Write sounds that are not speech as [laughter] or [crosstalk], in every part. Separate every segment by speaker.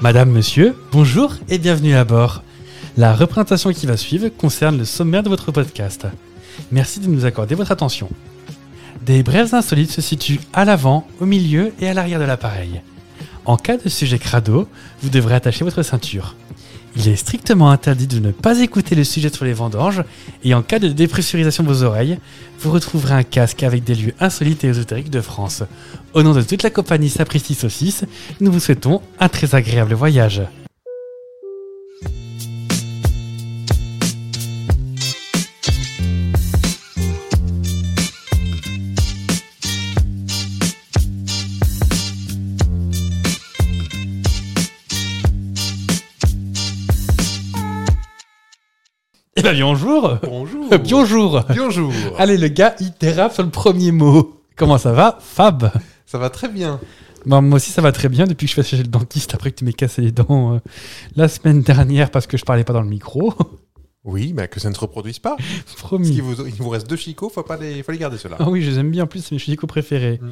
Speaker 1: Madame, monsieur, bonjour et bienvenue à bord. La représentation qui va suivre concerne le sommaire de votre podcast. Merci de nous accorder votre attention. Des brèves insolites se situent à l'avant, au milieu et à l'arrière de l'appareil. En cas de sujet crado, vous devrez attacher votre ceinture. Il est strictement interdit de ne pas écouter le sujet sur les vendanges et en cas de dépressurisation de vos oreilles, vous retrouverez un casque avec des lieux insolites et ésotériques de France. Au nom de toute la compagnie Sapristi Saucisse, nous vous souhaitons un très agréable voyage. Eh bien, bonjour
Speaker 2: Bonjour.
Speaker 1: Euh, Bonjour
Speaker 2: Bonjour.
Speaker 1: Allez, le gars, il dérape sur le premier mot. Comment ça va, Fab
Speaker 2: Ça va très bien.
Speaker 1: Bon, moi aussi, ça va très bien depuis que je suis allé chez le dentiste après que tu m'aies cassé les dents euh, la semaine dernière parce que je parlais pas dans le micro. [laughs]
Speaker 2: Oui, mais que ça ne se reproduise pas. Parce
Speaker 1: Promis.
Speaker 2: qu'il vous, il vous reste deux chicots, faut pas les, faut les garder ceux-là.
Speaker 1: Ah oui, je les aime bien en plus, c'est mes chicots préférés.
Speaker 2: Mm.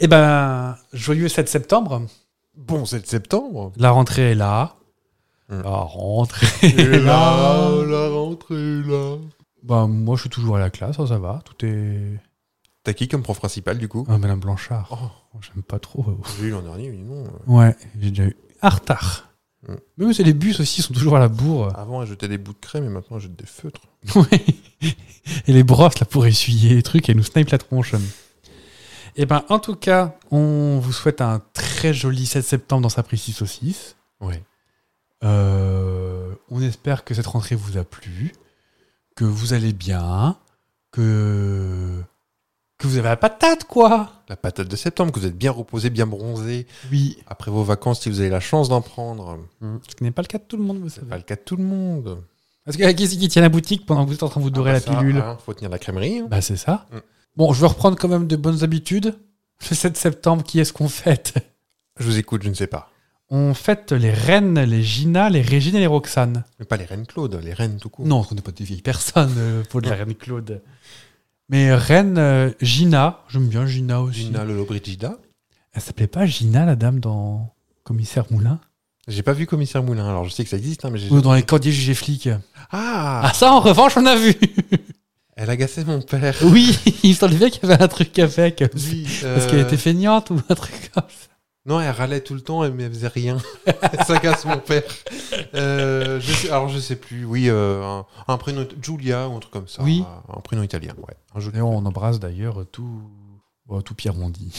Speaker 1: Eh ben, joyeux 7 septembre.
Speaker 2: Bon, c'est le
Speaker 1: [laughs]
Speaker 2: septembre.
Speaker 1: La rentrée est là.
Speaker 2: Mm.
Speaker 1: La rentrée.
Speaker 2: Et
Speaker 1: là,
Speaker 2: la rentrée là.
Speaker 1: Ben, moi, je suis toujours à la classe, hein, ça, ça va. Tout est.
Speaker 2: T'as qui comme prof principal du coup
Speaker 1: Ah, Madame Blanchard.
Speaker 2: Oh,
Speaker 1: J'aime pas trop.
Speaker 2: j'ai eu l'an dernier, mais non. euh,
Speaker 1: Ouais, j'ai déjà eu. À retard.
Speaker 2: Mm.
Speaker 1: Même c'est les bus aussi, ils sont toujours à la bourre.
Speaker 2: Avant, elle jetait des bouts de crème et maintenant, elle jette des feutres.
Speaker 1: [laughs] Ouais. Et les brosses là pour essuyer les trucs et nous snipe la tronche. Et ben en tout cas, on vous souhaite un très joli 7 septembre dans sa précise saucisse.
Speaker 2: Ouais.
Speaker 1: Euh, on espère que cette rentrée vous a plu, que vous allez bien, que que vous avez la patate quoi.
Speaker 2: La patate de septembre, que vous êtes bien reposé, bien bronzé.
Speaker 1: Oui,
Speaker 2: Après vos vacances, si vous avez la chance d'en prendre.
Speaker 1: ce qui n'est pas le cas de tout le monde, vous
Speaker 2: C'est
Speaker 1: savez.
Speaker 2: pas le cas de tout le monde.
Speaker 1: Parce que qui c'est qui tient la boutique pendant que vous êtes en train de vous dorer
Speaker 2: Ah, bah,
Speaker 1: la
Speaker 2: ça,
Speaker 1: pilule
Speaker 2: hein, faut tenir la crèmerie. hein.
Speaker 1: Bah c'est ça.
Speaker 2: Mm.
Speaker 1: Bon, je veux reprendre quand même de bonnes habitudes. Le 7 septembre, qui est-ce qu'on fête
Speaker 2: Je vous écoute, je ne sais pas.
Speaker 1: On fête les reines, les Gina, les Régine et les Roxane.
Speaker 2: Mais pas les reines Claude, les reines tout court.
Speaker 1: Non, Oh, on n'est pas des vieilles personnes euh, pour la reine Claude. Mais reine euh, Gina, j'aime bien Gina aussi.
Speaker 2: Gina Lolo Brigida.
Speaker 1: Elle s'appelait pas Gina, la dame dans Commissaire Moulin
Speaker 2: J'ai pas vu Commissaire Moulin, alors je sais que ça existe, hein, mais j'ai.
Speaker 1: Ou dans les cordiers jugés flics
Speaker 2: Ah
Speaker 1: Ah ça, en revanche, on a vu
Speaker 2: Elle agaçait mon père.
Speaker 1: [laughs] Oui, [laughs] il semblait bien qu'il y avait un truc avec.
Speaker 2: Oui,
Speaker 1: Parce
Speaker 2: euh,
Speaker 1: qu'elle était feignante ou un truc comme ça.
Speaker 2: Non, elle râlait tout le temps, elle, mais elle faisait rien. [laughs] ça agace mon père. Euh, je sais- Alors je sais plus, oui, euh, un, un prénom. Giulia ou un truc comme ça. euh,
Speaker 1: Oui.
Speaker 2: Un, un prénom italien, ouais. Un joli
Speaker 1: Et on embrasse d'ailleurs tout... oh, tout Pierre Mondi.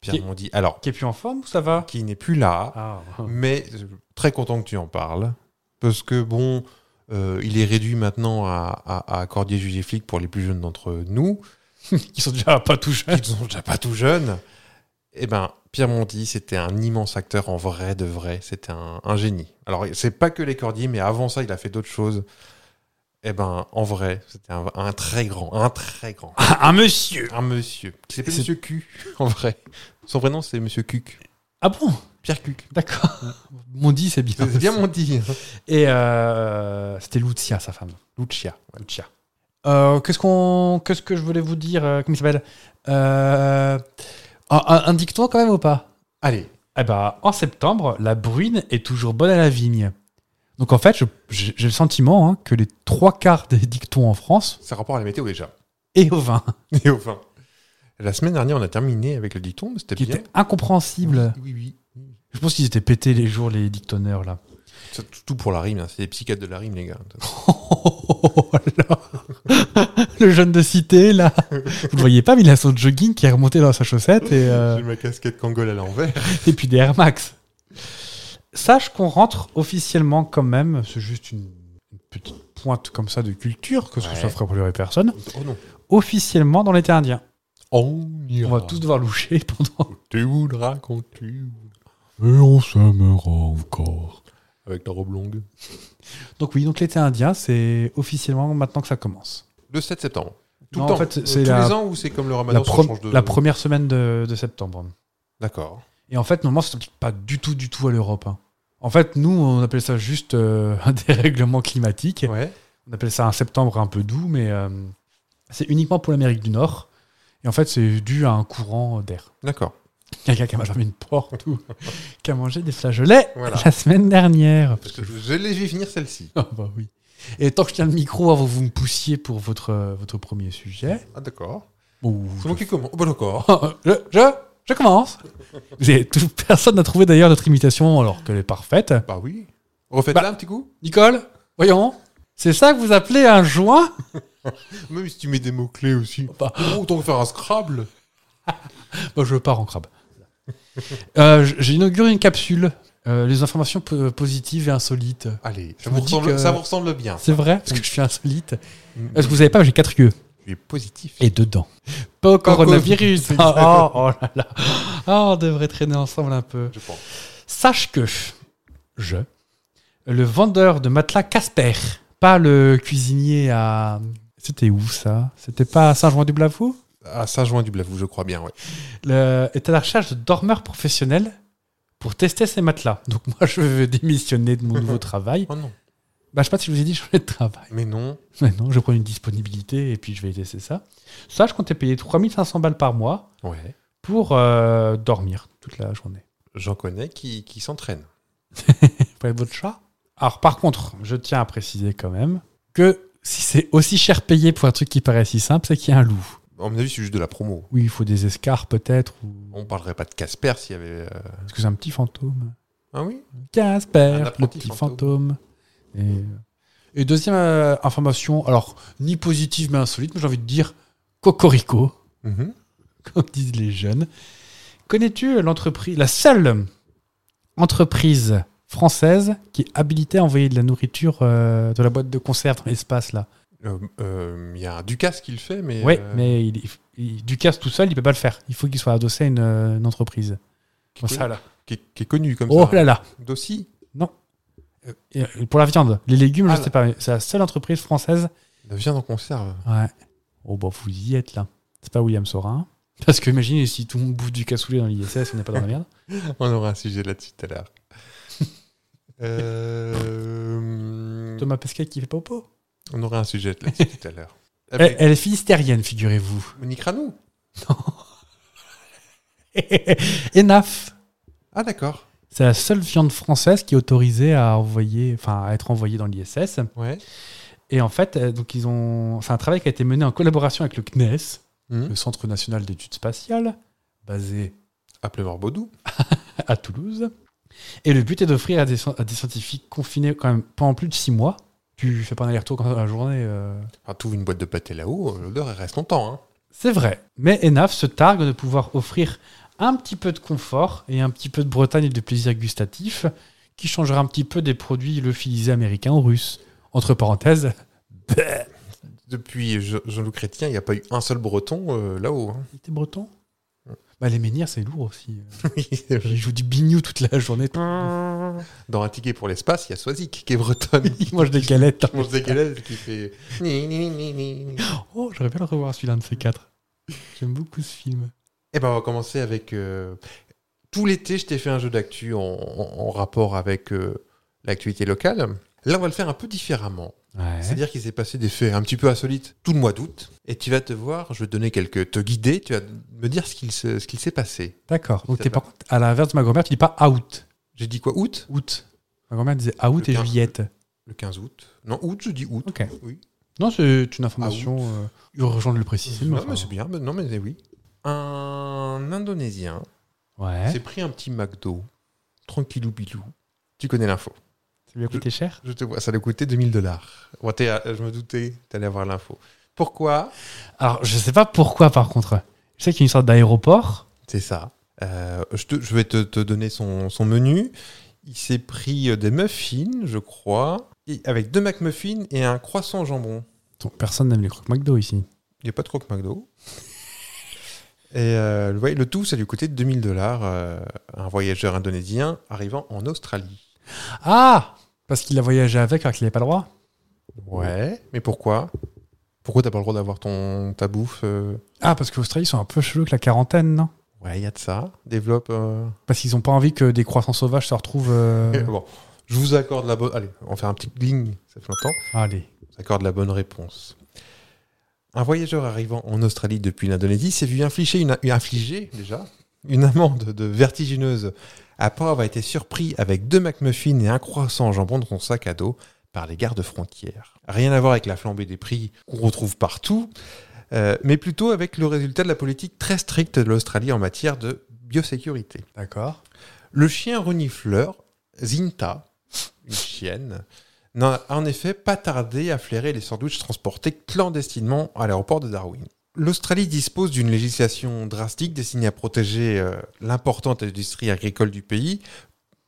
Speaker 2: Pierre Mondi. Alors,
Speaker 1: Qui est plus en forme ou ça va
Speaker 2: qui n'est plus là,
Speaker 1: Ah.
Speaker 2: mais euh, très content que tu en parles. Parce que bon, euh, il est réduit maintenant à, à, à cordier jugé flic pour les plus jeunes d'entre nous.
Speaker 1: [laughs] Qui sont déjà pas tout jeunes.
Speaker 2: qui sont déjà pas tout jeunes. Eh ben, Pierre Monti, c'était un immense acteur en vrai de vrai. C'était un, un génie. Alors, c'est pas que les cordiers, mais avant ça, il a fait d'autres choses. Eh ben, en vrai, c'était un, un très grand, un très grand,
Speaker 1: [laughs] Un monsieur
Speaker 2: un monsieur. Qui s'appelle
Speaker 1: C'est-
Speaker 2: Monsieur Q, en vrai. Son prénom, c'est Monsieur Cuc.
Speaker 1: Ah bon
Speaker 2: Pierre Cuc.
Speaker 1: D'accord. [laughs] Mondi, c'est bien.
Speaker 2: C'est bien Monti.
Speaker 1: Et euh, c'était Lucia, sa femme.
Speaker 2: Lucia. ouais.
Speaker 1: Lucia. Euh, qu'est-ce, qu'on, qu'est-ce que je voulais vous dire euh, Comment il s'appelle euh, un, un- un dicton quand même ou pas
Speaker 2: Allez,
Speaker 1: Eh ben, en septembre, la bruine est toujours bonne à la vigne. Donc en fait, je- j'ai j'ai le sentiment hein, que les trois quarts des dictons en France
Speaker 2: c'est rapport à la météo déjà. [laughs]
Speaker 1: et au vin,
Speaker 2: Et enfin, la semaine dernière, on a terminé avec le dicton, mais c'était
Speaker 1: qui
Speaker 2: bien.
Speaker 1: étaient incompréhensibles.
Speaker 2: Oui, oui. oui.
Speaker 1: Je pense qu'ils étaient pétés les jours, les dictonneurs, là.
Speaker 2: C'est Tout pour la rime, hein. c'est les psychiatres de la rime, les gars.
Speaker 1: Oh là [laughs] Le jeune de cité, là Vous le voyez pas, mais il a son jogging qui est remonté dans sa chaussette et, euh,
Speaker 2: J'ai ma casquette Kangol à l'envers.
Speaker 1: et puis des Air Max. Sache qu'on rentre officiellement quand même, c'est juste une une petite pointe comme ça de culture, que ce que
Speaker 2: Ouais.
Speaker 1: ça ferait pour les personnes,
Speaker 2: Oh non.
Speaker 1: officiellement dans l'été indien.
Speaker 2: On ira.
Speaker 1: On va tous devoir loucher [laughs] pendant...
Speaker 2: Tu voudras quand tu voudras. Et on s'aimera encore. Avec la robe longue.
Speaker 1: Donc oui, donc l'été indien, c'est officiellement maintenant que ça commence.
Speaker 2: Le 7 septembre. Tout
Speaker 1: Non,
Speaker 2: le temps.
Speaker 1: en fait,
Speaker 2: Euh,
Speaker 1: c'est
Speaker 2: Tous
Speaker 1: la-
Speaker 2: les ans ou c'est comme le
Speaker 1: La,
Speaker 2: ramadan Bah ça
Speaker 1: pro-
Speaker 2: change de...
Speaker 1: la première semaine de- de septembre.
Speaker 2: D'accord.
Speaker 1: Et en fait, normalement, ça s'applique pas du tout, du tout à l'Europe. hein. En fait, nous, on appelle ça juste euh, [laughs] un dérèglement climatique.
Speaker 2: Ouais.
Speaker 1: On appelle ça un septembre un peu doux, mais euh, c'est uniquement pour l'Amérique du Nord. Et en fait, c'est dû à un courant d'air. [laughs]
Speaker 2: D'accord.
Speaker 1: Quelqu'un qui a mangé une porte ou [laughs] qui a mangé des flageolets
Speaker 2: Voilà.
Speaker 1: la semaine dernière.
Speaker 2: Parce que je je l'ai vu finir celle-ci.
Speaker 1: [laughs] Ah bah oui. Et tant que je tiens le micro, avant que vous me poussiez pour votre, euh, votre premier sujet.
Speaker 2: Ah, d'accord.
Speaker 1: Bon, [laughs]
Speaker 2: C'est moi qui commence. Bon, Oh, bah, d'accord.
Speaker 1: je, je, je commence. Vous avez- tout- personne n'a trouvé d'ailleurs notre imitation alors qu'elle est parfaite.
Speaker 2: Bah oui.
Speaker 1: Bah-
Speaker 2: Refaites-la un petit coup.
Speaker 1: Nicole, voyons. C'est ça que vous appelez un joint
Speaker 2: Même si tu mets des mots-clés aussi.
Speaker 1: Bah.
Speaker 2: Oh, autant faire un Scrabble.
Speaker 1: Moi, Bah, je pars en [laughs] crabe. Euh, j- J'ai inauguré une capsule. euh, les informations po- positives et insolites.
Speaker 2: Allez,
Speaker 1: Je
Speaker 2: ça vous,
Speaker 1: me dis
Speaker 2: ressemble,
Speaker 1: que-
Speaker 2: ça vous ressemble bien.
Speaker 1: C'est vrai Parce que je suis insolite. Est-ce
Speaker 2: Je
Speaker 1: que vous savez pas, j'ai quatre yeux.
Speaker 2: suis positif.
Speaker 1: Et dedans. Pas au
Speaker 2: Pas au
Speaker 1: coronavirus.
Speaker 2: Covid.
Speaker 1: Ah, oh, oh là là. Ah, on devrait traîner ensemble un peu.
Speaker 2: Je pense.
Speaker 1: Sache que je, le vendeur de matelas Casper, pas le cuisinier à. C'était où ça C'était pas à Saint-Jean-du-Blavou
Speaker 2: À Saint-Join du Blavou, je crois bien, ouais.
Speaker 1: le, est à la recherche de dormeurs professionnels pour tester ses matelas. Donc moi, je veux démissionner de mon nouveau travail.
Speaker 2: Oh non.
Speaker 1: Bah, je sais pas si je vous ai dit, je changeais de travail.
Speaker 2: Mais non.
Speaker 1: Mais non, je prends une disponibilité et puis je vais tester ça. Ça, je comptais payer 3500 balles par mois
Speaker 2: Ouais.
Speaker 1: pour euh, dormir toute la journée.
Speaker 2: J'en connais qui, qui s'entraînent.
Speaker 1: Vous voyez votre chat Alors par contre, je tiens à préciser quand même que si c'est aussi cher payé pour un truc qui paraît si simple, c'est qu'il y a un loup.
Speaker 2: À mon avis, c'est juste de la promo.
Speaker 1: Oui, il faut des escarres peut-être. Ou...
Speaker 2: On parlerait pas de Casper s'il y avait. euh,
Speaker 1: Est-ce que c'est un petit fantôme
Speaker 2: Ah oui
Speaker 1: Casper,
Speaker 2: Un
Speaker 1: le
Speaker 2: apprenti
Speaker 1: petit fantôme. Et, et deuxième euh, information, alors ni positive mais insolite, mais j'ai envie de dire cocorico, [laughs]
Speaker 2: Mhm.
Speaker 1: comme disent les jeunes. Connais-tu l'entreprise, la seule entreprise française qui est habilitée à envoyer de la nourriture euh, de la boîte de conserve dans l'espace là
Speaker 2: Euh, euh, Il y a un Ducasse qui le fait, mais.
Speaker 1: Ouais,
Speaker 2: euh,
Speaker 1: mais il, il- Ducasse tout seul, il peut pas le faire. Il faut qu'il soit adossé à une, euh, une entreprise.
Speaker 2: Qui,
Speaker 1: Comme ça,
Speaker 2: est,
Speaker 1: là.
Speaker 2: qui, est- qui est connu comme
Speaker 1: Oh
Speaker 2: ça.
Speaker 1: là là.
Speaker 2: D'aussi.
Speaker 1: Et, euh, pour la viande, les légumes,
Speaker 2: Ah
Speaker 1: je
Speaker 2: là.
Speaker 1: sais pas. mais C'est la seule entreprise française
Speaker 2: La viande en Bah, [laughs] conserve.
Speaker 1: Ouais. Oh bah vous y êtes là. C'est pas William Sorin. Parce que imaginez si tout le monde bouffe du cassoulet dans l'ISS, on n'est pas dans la merde.
Speaker 2: On aura un sujet là-dessus tout à l'heure. Euh,
Speaker 1: [laughs] [laughs] Thomas Pesquet qui fait pas au pot.
Speaker 2: On aura un sujet là-dessus tout à l'heure. Ah,
Speaker 1: Elle,
Speaker 2: mais
Speaker 1: elle est finistérienne, figurez-vous. [laughs]
Speaker 2: Monique Ranou.
Speaker 1: Enaf.
Speaker 2: Ah d'accord.
Speaker 1: C'est la seule viande française qui est autorisée à envoyer, enfin à être envoyée dans l'ISS.
Speaker 2: Ouais.
Speaker 1: Et en fait, euh, donc ils ont, c'est un travail qui a été mené en collaboration avec le CNES,
Speaker 2: Mhm.
Speaker 1: le Centre national d'études spatiales, basé
Speaker 2: À Pleumeur-Baudou.
Speaker 1: à Toulouse. Et le but est d'offrir à des, scien- à des scientifiques confinés quand même pendant plus de six mois. Tu fais pas un aller-retour quand même dans la journée. euh.
Speaker 2: Enfin, tout une boîte de pâté là-haut, euh, l'odeur elle reste longtemps. hein.
Speaker 1: C'est vrai. Mais Enaf se targue de pouvoir offrir un petit peu de confort et un petit peu de Bretagne et de plaisir gustatif qui changera un petit peu des produits lyophilisés américains ou russes. Entre parenthèses,
Speaker 2: Depuis Je- Jean-Luc Chrétien, il n'y a pas eu un seul breton euh, là-haut. hein.
Speaker 1: il était breton bah, Les menhirs, c'est lourd aussi.
Speaker 2: Oui, c'est vrai.
Speaker 1: Ils jouent du bignou toute la journée. [laughs]
Speaker 2: [laughs] Dans un ticket pour l'espace, il y a Soisic qui est bretonne.
Speaker 1: Ils mangent des galettes.
Speaker 2: [laughs] Mon dégueulasse qui fait. Ni, ni, ni, ni, ni.
Speaker 1: Oh, j'aurais bien le revoir celui-là, un de ces quatre. J'aime beaucoup ce film.
Speaker 2: Eh ben, on va commencer avec. euh, Tout l'été, je t'ai fait un jeu d'actu en, en- en rapport avec euh, l'actualité locale. Là, on va le faire un peu différemment. C'est-à-dire qu'il s'est passé des faits un petit peu insolites tout le mois d'août. Et tu vas te voir, je vais te donner quelques. te guider, tu vas me dire ce qu'il se- ce qu'il s'est passé.
Speaker 1: D'accord. Donc,
Speaker 2: Ça
Speaker 1: t'es
Speaker 2: va.
Speaker 1: par contre, à l'inverse de ma grand-mère, tu dis pas out.
Speaker 2: J'ai dit quoi Août
Speaker 1: Août. Ma grand-mère disait out
Speaker 2: Le
Speaker 1: et
Speaker 2: quinze.
Speaker 1: juillette.
Speaker 2: Le 15 août. Non, août, je dis août.
Speaker 1: Ok.
Speaker 2: Oui.
Speaker 1: Non, c'est une information euh, urgente de le préciser. mais
Speaker 2: non,
Speaker 1: enfin,
Speaker 2: mais c'est bien. mais- Non, mais eh oui. Un Indonésien
Speaker 1: Ouais.
Speaker 2: s'est pris un petit McDo. Tranquillou bilou. Tu connais l'info.
Speaker 1: Ça lui a coûté cher
Speaker 2: Je te vois, ça lui a coûté 2000 dollars. euh, je me doutais, t'allais avoir l'info. Pourquoi
Speaker 1: Alors, je sais pas pourquoi, par contre. Je sais qu'il y a une sorte d'aéroport.
Speaker 2: C'est ça. Euh, je, te- je vais te, te donner son, son menu. Il s'est pris euh, des muffins, je crois, et- avec deux McMuffins et un croissant au jambon.
Speaker 1: Donc, personne n'aime les crocs McDo ici.
Speaker 2: Il n'y a pas de croque McDo. Et euh, ouais, le tout, ça lui a coûté 2000 dollars. euh, un voyageur indonésien arrivant en Australie.
Speaker 1: Ah Parce qu'il a voyagé avec alors qu'il n'avait pas le droit
Speaker 2: Ouais. Mais pourquoi Pourquoi t'as pas le droit d'avoir ton ta bouffe euh
Speaker 1: Ah, parce que l'Australie, ils sont un peu chelous avec la quarantaine, non
Speaker 2: Ouais, il y a de ça. Développe. euh,
Speaker 1: Parce qu'ils ont pas envie que des croissants sauvages se retrouvent. euh,
Speaker 2: [laughs] Euh, Bon, je vous accorde la bonne. Allez, on va faire un petit ligne, ça fait longtemps.
Speaker 1: Allez.
Speaker 2: Je vous accorde la bonne réponse. Un voyageur arrivant en Australie depuis l'Indonésie s'est vu infliger une, une- infliger, déjà une amende de vertigineuse après avoir été surpris avec deux McMuffins et un croissant en jambon dans son sac à dos par les gardes frontières. Rien à voir avec la flambée des prix qu'on retrouve partout, euh, mais plutôt avec le résultat de la politique très stricte de l'Australie en matière de biosécurité.
Speaker 1: D'accord.
Speaker 2: Le chien renifleur, Zinta, une chienne, n'a en effet pas tardé à flairer les sandwichs transportés clandestinement à l'aéroport de Darwin. L'Australie dispose d'une législation drastique destinée à protéger euh, l'importante industrie agricole du pays,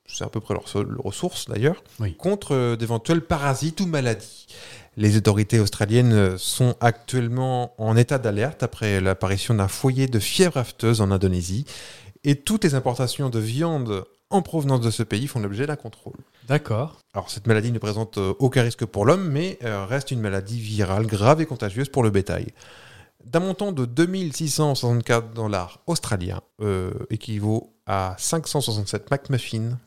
Speaker 2: c'est à peu près leur seule ressource d'ailleurs,
Speaker 1: Oui.
Speaker 2: contre euh, d'éventuels parasites ou maladies. Les autorités australiennes euh, sont actuellement en état d'alerte après l'apparition d'un foyer de fièvre afteuse en Indonésie et toutes les importations de viande en provenance de ce pays font l'objet d'un contrôle.
Speaker 1: D'accord.
Speaker 2: Alors cette maladie ne présente euh, aucun risque pour l'homme, mais euh, reste une maladie virale grave et contagieuse pour le bétail. D'un montant de 2664 dollars australiens, euh, équivaut à 567 [laughs] McMuffin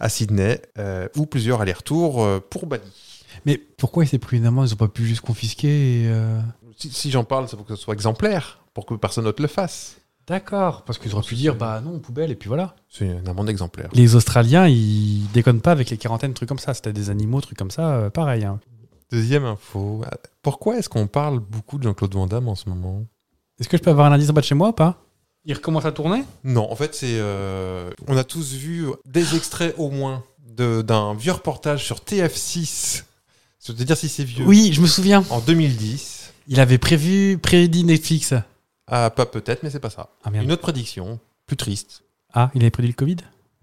Speaker 2: à Sydney, euh, ou plusieurs allers-retours euh, pour Bali.
Speaker 1: Mais pourquoi c'est pris une amende Ils ont pas pu juste confisquer et, euh,
Speaker 2: Si, si j'en parle, c'est pour que ce soit exemplaire, pour que personne d'autre le fasse.
Speaker 1: D'accord. Parce qu'ils auraient pu dire, bah non, poubelle, et puis voilà.
Speaker 2: C'est une amende exemplaire.
Speaker 1: Les Australiens, ils déconnent pas avec les quarantaines, trucs comme ça. C'était des animaux, trucs comme ça, euh, pareil. hein.
Speaker 2: Deuxième info, euh, pourquoi est-ce qu'on parle beaucoup de Jean-Claude Van Damme en ce moment
Speaker 1: Est-ce que je peux avoir un indice en bas de chez moi ou pas Ils recommencent à tourner
Speaker 2: Non, en fait, c'est. euh, on a tous vu des extraits au moins de- d'un vieux reportage sur TF6. Je veux te dire si c'est vieux.
Speaker 1: Oui, je me souviens.
Speaker 2: En 2010.
Speaker 1: Il avait prévu, prédit Netflix.
Speaker 2: Ah, pas peut-être, mais c'est pas ça.
Speaker 1: Ah merde.
Speaker 2: Une autre prédiction, plus triste.
Speaker 1: Ah, il avait prédit le Covid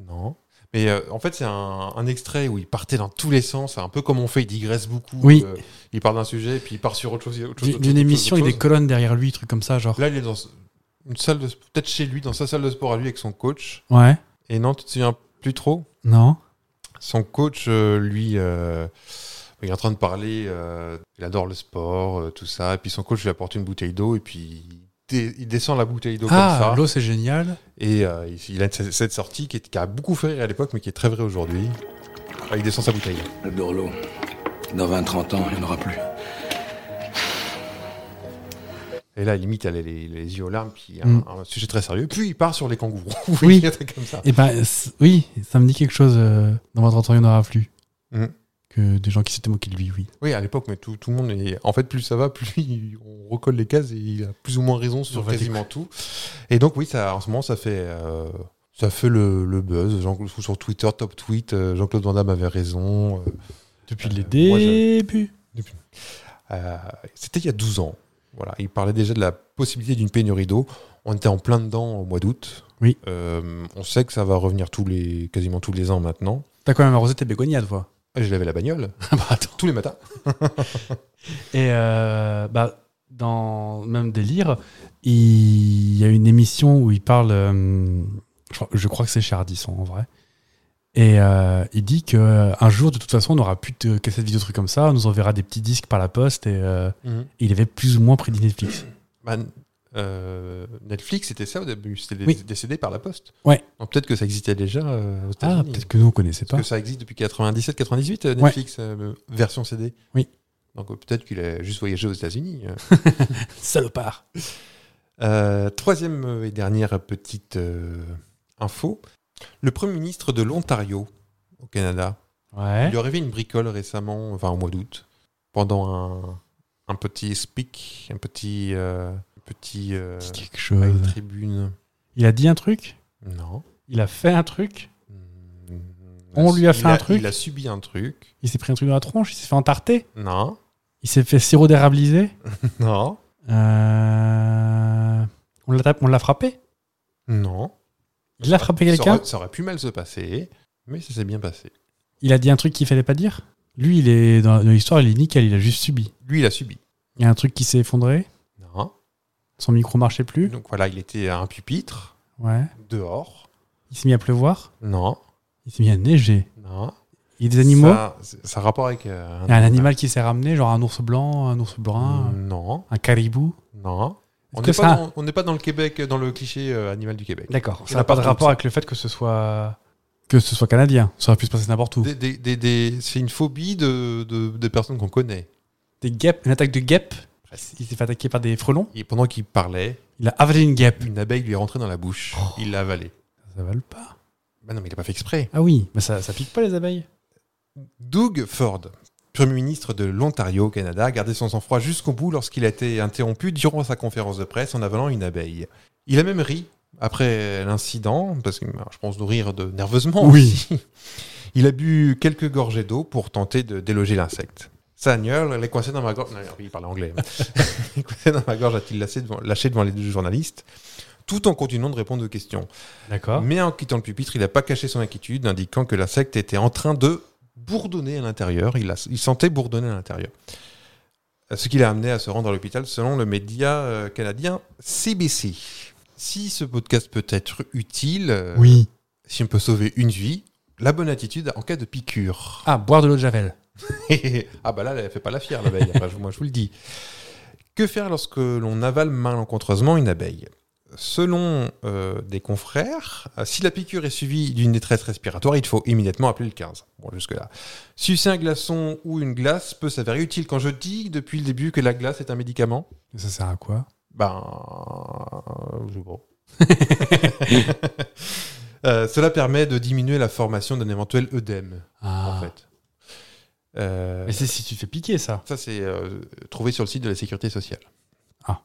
Speaker 2: Non. Mais euh, en fait, c'est un, un extrait où il partait dans tous les sens. Un peu comme on fait, il digresse beaucoup.
Speaker 1: Oui.
Speaker 2: euh, il parle d'un sujet, puis il part sur autre chose. autre chose, autre chose,
Speaker 1: D'une
Speaker 2: autre
Speaker 1: émission, il
Speaker 2: chose,
Speaker 1: y a
Speaker 2: autre
Speaker 1: des colonnes derrière lui, trucs comme ça, genre.
Speaker 2: chose. Là, il est dans une salle de. sp- Peut-être chez lui, dans sa salle de sport à lui, avec son coach.
Speaker 1: Ouais.
Speaker 2: Et non, tu te souviens plus trop
Speaker 1: Non.
Speaker 2: Son coach, euh, lui, euh, il est en train de parler, euh, il adore le sport, euh, tout ça. Et puis son coach lui apporte une bouteille d'eau et puis il dé- il descend la bouteille d'eau
Speaker 1: Ah,
Speaker 2: comme ça.
Speaker 1: l'eau, c'est génial.
Speaker 2: Et euh, il- il a cette cette sortie qui, est- qui a beaucoup fait rire à l'époque, mais qui est très vraie aujourd'hui. Ah, il descend sa bouteille.
Speaker 3: Le Dorlo, dans 20-30 ans, il n'y en aura plus.
Speaker 2: Et là, limite, elle a les, les yeux aux larmes, puis un,
Speaker 1: Mm.
Speaker 2: un sujet très sérieux. Puis il part sur les kangourous. [laughs]
Speaker 1: Oui.
Speaker 2: un truc comme ça.
Speaker 1: Eh ben, c- oui, ça me dit quelque chose. euh, dans votre entourage, il y en aura plus.
Speaker 2: Mm.
Speaker 1: Que des gens qui s'étaient moqués de lui, oui.
Speaker 2: Oui, à l'époque, mais tout, tout le monde est. En fait, plus ça va, plus [laughs] il- on recolle les cases et il a plus ou moins raison
Speaker 1: On
Speaker 2: sur
Speaker 1: va
Speaker 2: quasiment tout. Et donc, oui, ça, en ce moment, ça fait, euh, ça fait le, le buzz. Jean sur Twitter, top tweet, euh, Jean-Claude Van Damme avait raison. euh,
Speaker 1: Depuis
Speaker 2: Euh,
Speaker 1: les
Speaker 2: moi, je-
Speaker 1: débuts.
Speaker 2: euh, C'était il y a 12 ans. Voilà, il parlait déjà de la possibilité d'une pénurie d'eau. On était en plein dedans au mois d'août.
Speaker 1: Oui.
Speaker 2: Euh, on sait que ça va revenir tous les, quasiment tous les ans maintenant.
Speaker 1: T'as quand même arrosé tes bégoniades, toi.
Speaker 2: J'ai lavé la bagnole
Speaker 1: [laughs]
Speaker 2: [laughs]
Speaker 1: Ah bah, attends.
Speaker 2: tous les matins.
Speaker 1: Et euh, bah, dans le même délire, il y a une émission où il parle, euh, je, crois, je crois que c'est chez Ardisson en vrai, et euh, il dit que euh, un jour, de toute façon, on n'aura plus de cassettes vidéo, trucs comme ça, on nous enverra des petits disques par la poste, et euh, il avait plus ou moins prédit Netflix.
Speaker 2: Bah, euh, Netflix, c'était ça au début. C'était
Speaker 1: Oui.
Speaker 2: décédé par la poste.
Speaker 1: Ouais.
Speaker 2: Donc peut-être que ça existait déjà euh, aux
Speaker 1: Ah,
Speaker 2: États-Unis.
Speaker 1: peut-être que nous, on connaissait pas.
Speaker 2: Parce que ça existe depuis 97-98, euh,
Speaker 1: Ouais.
Speaker 2: Netflix, euh, version CD.
Speaker 1: Oui.
Speaker 2: Donc euh, peut-être qu'il a juste voyagé aux États-Unis. hein.
Speaker 1: Salopard
Speaker 2: Euh, troisième et dernière petite euh, info. Le Premier ministre de l'Ontario, au Canada, il
Speaker 1: Ouais.
Speaker 2: lui est arrivé une bricole récemment, enfin au mois d'août, pendant un, un petit speak, un petit. euh, petit euh,
Speaker 1: C'est quelque
Speaker 2: à une
Speaker 1: chose.
Speaker 2: tribune.
Speaker 1: Il a dit un truc
Speaker 2: Non.
Speaker 1: Il a fait un truc
Speaker 2: Mm,
Speaker 1: On lui a
Speaker 2: il
Speaker 1: fait un truc
Speaker 2: Il a subi un truc.
Speaker 1: Il s'est pris un truc dans la tronche Il s'est fait entarter
Speaker 2: Non,
Speaker 1: Il s'est fait sirop d'érabilisé
Speaker 2: non,
Speaker 1: Euh, On l'a tapé- on l'a frappé
Speaker 2: non.
Speaker 1: Il a frappé
Speaker 2: Ça
Speaker 1: quelqu'un
Speaker 2: aurait, ça aurait pu mal se passer, mais ça s'est bien passé.
Speaker 1: Il a dit un truc qu'il fallait pas dire Lui, il est dans dans l'histoire, il est nickel, il a juste subi.
Speaker 2: Lui, il a subi.
Speaker 1: Il y a un truc qui s'est effondré,
Speaker 2: Non.
Speaker 1: son micro marchait plus.
Speaker 2: Donc voilà, il était à un pupitre,
Speaker 1: Ouais.
Speaker 2: dehors.
Speaker 1: Il s'est mis à pleuvoir,
Speaker 2: Non,
Speaker 1: il s'est mis à neiger.
Speaker 2: non.
Speaker 1: Il y a des animaux
Speaker 2: Ça, c'est- ça Hmm. a rapport avec. euh,
Speaker 1: Il y a un animal qui s'est ramené, genre un ours blanc, un ours brun,
Speaker 2: Non,
Speaker 1: un caribou.
Speaker 2: non. On
Speaker 1: que
Speaker 2: n'est
Speaker 1: ça-
Speaker 2: pas, dans- on n'est pas dans le Québec, dans le cliché euh, animal du Québec.
Speaker 1: D'accord.
Speaker 2: Il y
Speaker 1: Ça
Speaker 2: en a
Speaker 1: n'a pas de
Speaker 2: partout,
Speaker 1: rapport
Speaker 2: ça.
Speaker 1: avec le fait que ce soit que ce soit canadien. Ça aurait pu se passer n'importe où. Des,
Speaker 2: Des- des- des- des- C'est une phobie de, de- des personnes qu'on connaît.
Speaker 1: guêpes, une attaque de guêpes
Speaker 2: Facile.
Speaker 1: Il s'est fait attaquer par des frelons.
Speaker 2: Et pendant qu'il parlait,
Speaker 1: Il a avalé une guêpe.
Speaker 2: une abeille lui est rentrée dans la bouche.
Speaker 1: Oh.
Speaker 2: Il l'a avalée.
Speaker 1: Ça vale pas.
Speaker 2: Bah non, mais il n'a pas fait exprès.
Speaker 1: Ah oui, mais ça, ça pique pas les abeilles.
Speaker 2: Doug Ford, Premier ministre de l'Ontario au Canada, a gardé son sang-froid jusqu'au bout lorsqu'il a été interrompu durant sa conférence de presse en avalant une abeille. Il a même ri après l'incident, parce que alors, je pense nous rire de nerveusement.
Speaker 1: Oui.
Speaker 2: aussi. Il a bu quelques gorgées d'eau pour tenter de déloger l'insecte. Sa gnôle, elle est coincée dans ma gorge. Non, il parlait anglais. hein.
Speaker 1: [laughs]
Speaker 2: Elle est coincée dans ma gorge, a-t-il lâché devant, lâché devant les deux journalistes, tout en continuant de répondre aux questions.
Speaker 1: D'accord.
Speaker 2: Mais en quittant le pupitre, il n'a pas caché son inquiétude, indiquant que l'insecte était en train de bourdonner à l'intérieur. Il, a- il sentait bourdonner à l'intérieur. Ce qui l'a amené à se rendre à l'hôpital, selon le média euh, canadien CBC. Si ce podcast peut être utile, euh,
Speaker 1: Oui.
Speaker 2: si on peut sauver une vie, la bonne attitude en cas de piqûre.
Speaker 1: Ah, boire de l'eau de javel.
Speaker 2: [laughs] ah bah là, elle fait pas la fière l'abeille, Enfin, je- moi je vous le dis. Que faire lorsque l'on avale malencontreusement une abeille Selon euh, des confrères, euh, si la piqûre est suivie d'une détresse respiratoire, il faut immédiatement appeler le 15. Bon, jusque-là. Sucer un glaçon ou une glace peut s'avérer utile. Quand je dis depuis le début que la glace est un médicament,
Speaker 1: Ça sert à quoi
Speaker 2: ben, euh, je sais
Speaker 1: [laughs]
Speaker 2: pas. [laughs] Euh, cela permet de diminuer la formation d'un éventuel œdème,
Speaker 1: Ah.
Speaker 2: en fait. Euh,
Speaker 1: Mais c'est si tu te fais piquer, ça.
Speaker 2: ça, c'est euh, trouvé sur le site de la sécurité sociale.
Speaker 1: Ah.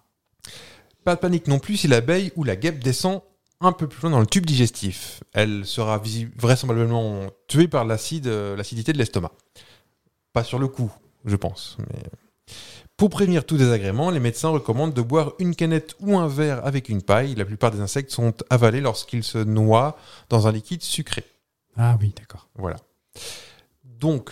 Speaker 2: Pas de panique non plus si l'abeille ou la guêpe descend un peu plus loin dans le tube digestif. Elle sera visi- vraisemblablement tuée par l'acide, euh, l'acidité de l'estomac. Pas sur le coup, je pense. Mais... euh. Pour prévenir tout désagrément, les médecins recommandent de boire une canette ou un verre avec une paille. La plupart des insectes sont avalés lorsqu'ils se noient dans un liquide sucré.
Speaker 1: Ah oui, d'accord.
Speaker 2: Voilà. Donc,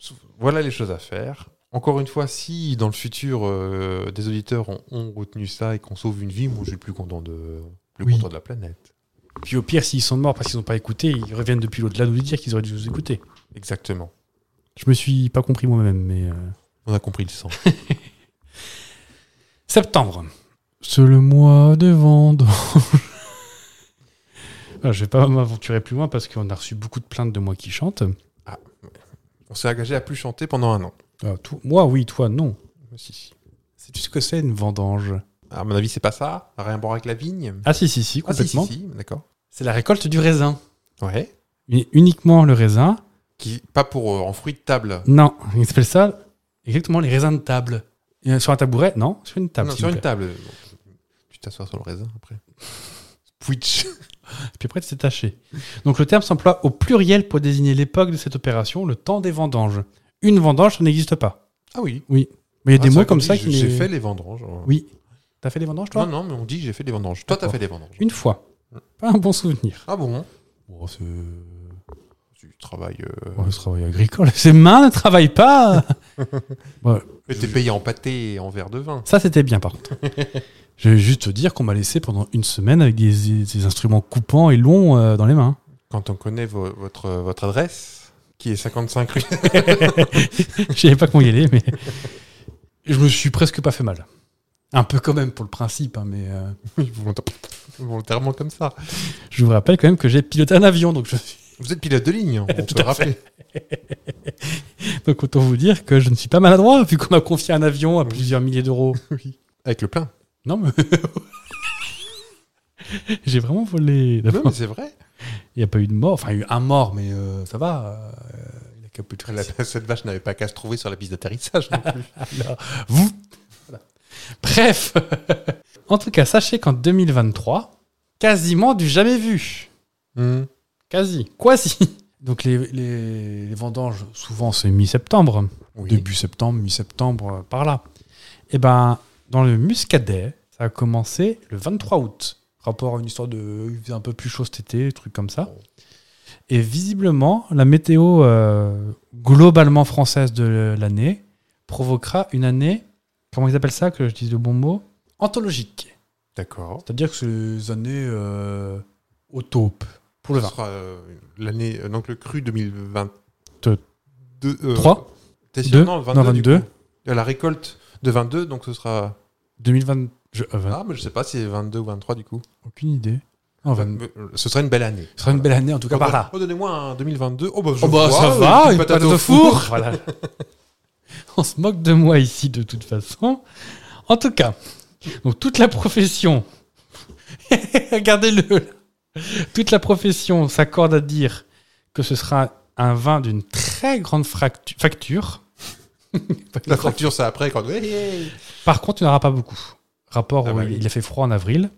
Speaker 2: s- voilà les choses à faire. Encore une fois, si dans le futur, euh, des auditeurs ont, ont retenu ça et qu'on sauve une vie, moi, je suis le plus content de, plus
Speaker 1: Oui.
Speaker 2: content de la planète.
Speaker 1: Puis au pire, s'ils sont morts parce qu'ils n'ont pas écouté, ils reviennent depuis l'au-delà nous dire qu'ils auraient dû nous écouter.
Speaker 2: Exactement.
Speaker 1: Je me suis pas compris moi-même, mais. euh,
Speaker 2: On a compris le sens.
Speaker 1: Septembre. C'est le mois de [laughs] vendanges. Alors, Ah, je vais pas m'aventurer plus loin parce qu'on a reçu beaucoup de plaintes de moi qui chante.
Speaker 2: On s'est engagé à plus chanter pendant un an.
Speaker 1: Euh, tout- moi, oui, toi, non. Ah,
Speaker 2: Si.
Speaker 1: Sais-tu ce que c'est une vendange
Speaker 2: À mon avis, c'est pas ça. Rien à voir avec la vigne.
Speaker 1: Ah, si, si, si,
Speaker 2: Ah, si,
Speaker 1: complètement.
Speaker 2: si, si, d'accord.
Speaker 1: C'est la récolte du raisin.
Speaker 2: Ouais.
Speaker 1: Mais uniquement le raisin.
Speaker 2: Qui, pas pour euh, en fruit de table.
Speaker 1: Non, ils appellent ça exactement les raisins de table. Et, euh, Sur un tabouret Non, sur une table.
Speaker 2: non,
Speaker 1: s'il
Speaker 2: sur
Speaker 1: vous
Speaker 2: une
Speaker 1: plaît.
Speaker 2: table. Tu t'assois sur le raisin après. Twitch.
Speaker 1: Puis après, c'est taché. Donc le terme s'emploie au pluriel pour désigner l'époque de cette opération, le temps des vendanges. Une vendange, ça n'existe pas.
Speaker 2: Ah oui.
Speaker 1: Mais il y a
Speaker 2: Ah,
Speaker 1: des
Speaker 2: c'est
Speaker 1: mots
Speaker 2: vrai qu'on
Speaker 1: comme
Speaker 2: dit,
Speaker 1: ça
Speaker 2: je-
Speaker 1: qui.
Speaker 2: J'ai
Speaker 1: les-
Speaker 2: fait les vendanges.
Speaker 1: Oui. T'as fait des vendanges, toi
Speaker 2: Non, non, mais on dit j'ai fait des vendanges. Toi, t'as
Speaker 1: D'accord.
Speaker 2: fait des vendanges.
Speaker 1: Une fois. Pas un bon souvenir.
Speaker 2: Ah bon c'est du travail. euh,
Speaker 1: Oh, ce travail [laughs] agricole, ses mains ne travaillent pas [laughs]
Speaker 2: Et t'es payé en pâté et en verre de vin.
Speaker 1: Ça, c'était bien, par contre. [laughs] Je vais juste te dire qu'on m'a laissé pendant une semaine avec des, des instruments coupants et longs euh, dans les mains.
Speaker 2: Quand on connaît vo- votre, euh, votre adresse, qui est 55 rue.
Speaker 1: [laughs] Je savais pas comment y aller, mais je me suis presque pas fait mal. Un peu quand même pour le principe, hein, mais euh,
Speaker 2: volontaire- volontairement comme ça.
Speaker 1: je vous rappelle quand même que j'ai piloté un avion, donc, je suis- [laughs]
Speaker 2: Vous êtes pilote de ligne, on [laughs] peut le rappeler.
Speaker 1: donc autant vous dire que je ne suis pas maladroit vu qu'on m'a confié un avion à plusieurs milliers d'euros.
Speaker 2: Avec le plein.
Speaker 1: Non, mais [laughs] j'ai vraiment volé.
Speaker 2: Non,
Speaker 1: d'abord.
Speaker 2: [laughs] mais c'est vrai.
Speaker 1: Il n'y a pas eu de mort, enfin il y a eu un mort, mais euh, ça va. euh, il a qu'à plus de
Speaker 2: La- [laughs] cette vache n'avait pas qu'à se trouver sur la piste d'atterrissage non plus.
Speaker 1: Vous. Voilà. Bref. [laughs] en tout cas, sachez qu'en 2023, quasiment du jamais vu.
Speaker 2: [laughs] Hmm.
Speaker 1: Quasi. Quasi. [laughs] Donc les, les- les vendanges, souvent c'est mi-septembre,
Speaker 2: Oui.
Speaker 1: début septembre, mi-septembre, euh, par là. Et ben, dans le Muscadet, ça a commencé le 23 août. Rapport à une histoire de. euh, Il faisait un peu plus chaud cet été, truc comme ça. Et visiblement, la météo euh, globalement française de l'année provoquera une année, comment ils appellent ça, que je dise le bon mot, anthologique.
Speaker 2: D'accord.
Speaker 1: C'est-à-dire que ces années euh, au taupe pour le
Speaker 2: Ce
Speaker 1: vin.
Speaker 2: sera euh, l'année. euh, donc le cru 2022.
Speaker 1: Te-
Speaker 2: euh,
Speaker 1: Trois.
Speaker 2: T'es sûr
Speaker 1: Deux.
Speaker 2: Non, le
Speaker 1: Non,
Speaker 2: 22. du
Speaker 1: 22.
Speaker 2: coup. Euh, La récolte de 22, donc ce sera.
Speaker 1: 2020. je- euh, vingt-
Speaker 2: Ah, mais je sais pas si c'est 22 ou 23 du coup.
Speaker 1: Aucune idée. Non, vingt-
Speaker 2: Euh, Ce serait une belle année.
Speaker 1: Ce sera une belle année en tout cas par là.
Speaker 2: Oh, donnez-moi un 2022. Oh, bah, je
Speaker 1: Oh bah
Speaker 2: vois,
Speaker 1: ça
Speaker 2: euh,
Speaker 1: va,
Speaker 2: petite
Speaker 1: une [laughs]
Speaker 2: patate
Speaker 1: patate au four, voilà. On se moque de moi ici de toute façon. En tout cas, donc toute la profession, [laughs] regardez-le, là. toute la profession s'accorde à dire que ce sera un vin d'une très grande fractu- facture.
Speaker 2: La fracture, c'est après quand. Hey, hey.
Speaker 1: Par contre, il n'y en aura pas beaucoup. Rapport
Speaker 2: Ah
Speaker 1: où
Speaker 2: bah
Speaker 1: il-
Speaker 2: oui.
Speaker 1: il a fait froid en avril.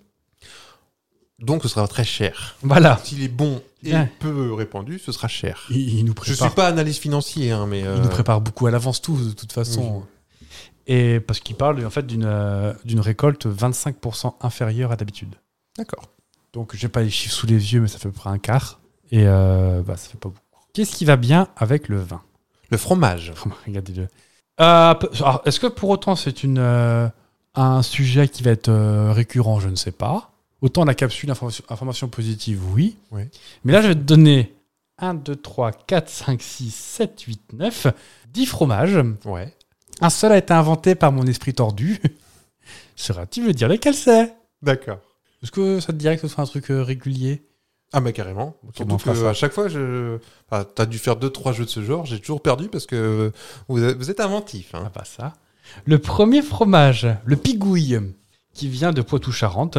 Speaker 2: Donc, ce sera très cher.
Speaker 1: Voilà.
Speaker 2: S'il est bon et
Speaker 1: Bien.
Speaker 2: peu répandu, ce sera cher.
Speaker 1: Il, il nous
Speaker 2: Je
Speaker 1: prépare.
Speaker 2: suis pas analyste financier, hein, mais.
Speaker 1: Il
Speaker 2: euh,
Speaker 1: nous prépare beaucoup à l'avance tous, de toute façon. Et parce qu'il parle en fait d'une euh, d'une récolte 25% inférieure à d'habitude.
Speaker 2: D'accord.
Speaker 1: Donc j'ai pas les chiffres sous les yeux, mais ça fait à peu près un quart. Et euh, bah, ça fait pas beaucoup. Qu'est-ce qui va bien avec le vin [laughs]
Speaker 2: Le fromage.
Speaker 1: Regardez-le. Euh, peu- alors, Est-ce que pour autant c'est une euh, un sujet qui va être euh, récurrent Je ne sais pas. Autant la capsule information, information positive, oui.
Speaker 2: Oui.
Speaker 1: Mais là, je vais te donner 1, 2, 3, 4, 5, 6, 7, 8, 9, 10 fromages.
Speaker 2: Ouais.
Speaker 1: Un seul a été inventé par mon esprit tordu. [laughs] Sera-t-il me dire lequel c'est
Speaker 2: D'accord.
Speaker 1: Est-ce que ça te dirait que ce soit un truc euh, régulier
Speaker 2: Ah, mais carrément.
Speaker 1: Ok, bon, on
Speaker 2: Surtout
Speaker 1: fera
Speaker 2: que
Speaker 1: ça.
Speaker 2: à chaque fois, je... enfin, t'as dû faire 2-3 jeux de ce genre, j'ai toujours perdu parce que vous êtes, vous êtes inventif.
Speaker 1: Ah
Speaker 2: hein.
Speaker 1: bah ça. Le premier fromage, le pigouille, qui vient de Poitou-Charentes.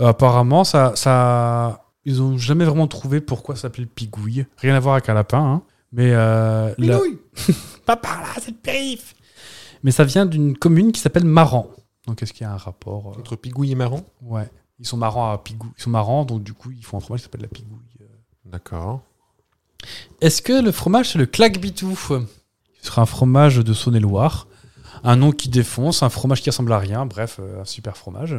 Speaker 1: Euh, apparemment, ça, ça, ils ont jamais vraiment trouvé pourquoi ça s'appelle pigouille. Rien à voir avec un lapin, hein. mais euh, la-
Speaker 2: Minouille
Speaker 1: pas par là, c'est le périph. Mais ça vient d'une commune qui s'appelle Maran. Donc est-ce qu'il y a un rapport euh,
Speaker 2: Entre pigouille et marron
Speaker 1: Ouais, ils sont marrants à pigou, ils sont marrants, donc du coup ils font un fromage qui s'appelle la pigouille. euh,
Speaker 2: D'accord.
Speaker 1: Est-ce que le fromage, c'est le claque-bitou Ce sera un fromage de Saône-et-Loire. Un nom qui défonce, un fromage qui ressemble à rien. Bref, euh, un super fromage.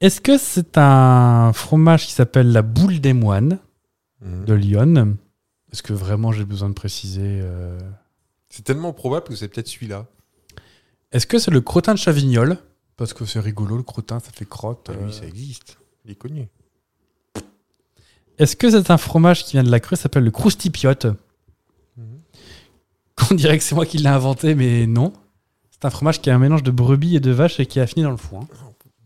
Speaker 1: Est-ce que c'est un fromage qui s'appelle la boule des moines
Speaker 2: Mhm.
Speaker 1: de Lyon Est-ce que vraiment j'ai besoin de préciser euh,
Speaker 2: C'est tellement probable que c'est peut-être celui-là.
Speaker 1: Est-ce que c'est le crottin de Chavignol Parce que c'est rigolo, le crottin, ça fait crotte.
Speaker 2: Ah,
Speaker 1: euh.
Speaker 2: Lui, ça existe. Il est connu.
Speaker 1: Est-ce que c'est un fromage qui vient de la crue, ça s'appelle le croustipiote
Speaker 2: Mhm.
Speaker 1: [laughs] On dirait que c'est moi qui l'ai inventé, mais non. C'est un fromage qui est un mélange de brebis et de vache et qui a fini dans le hein. foin.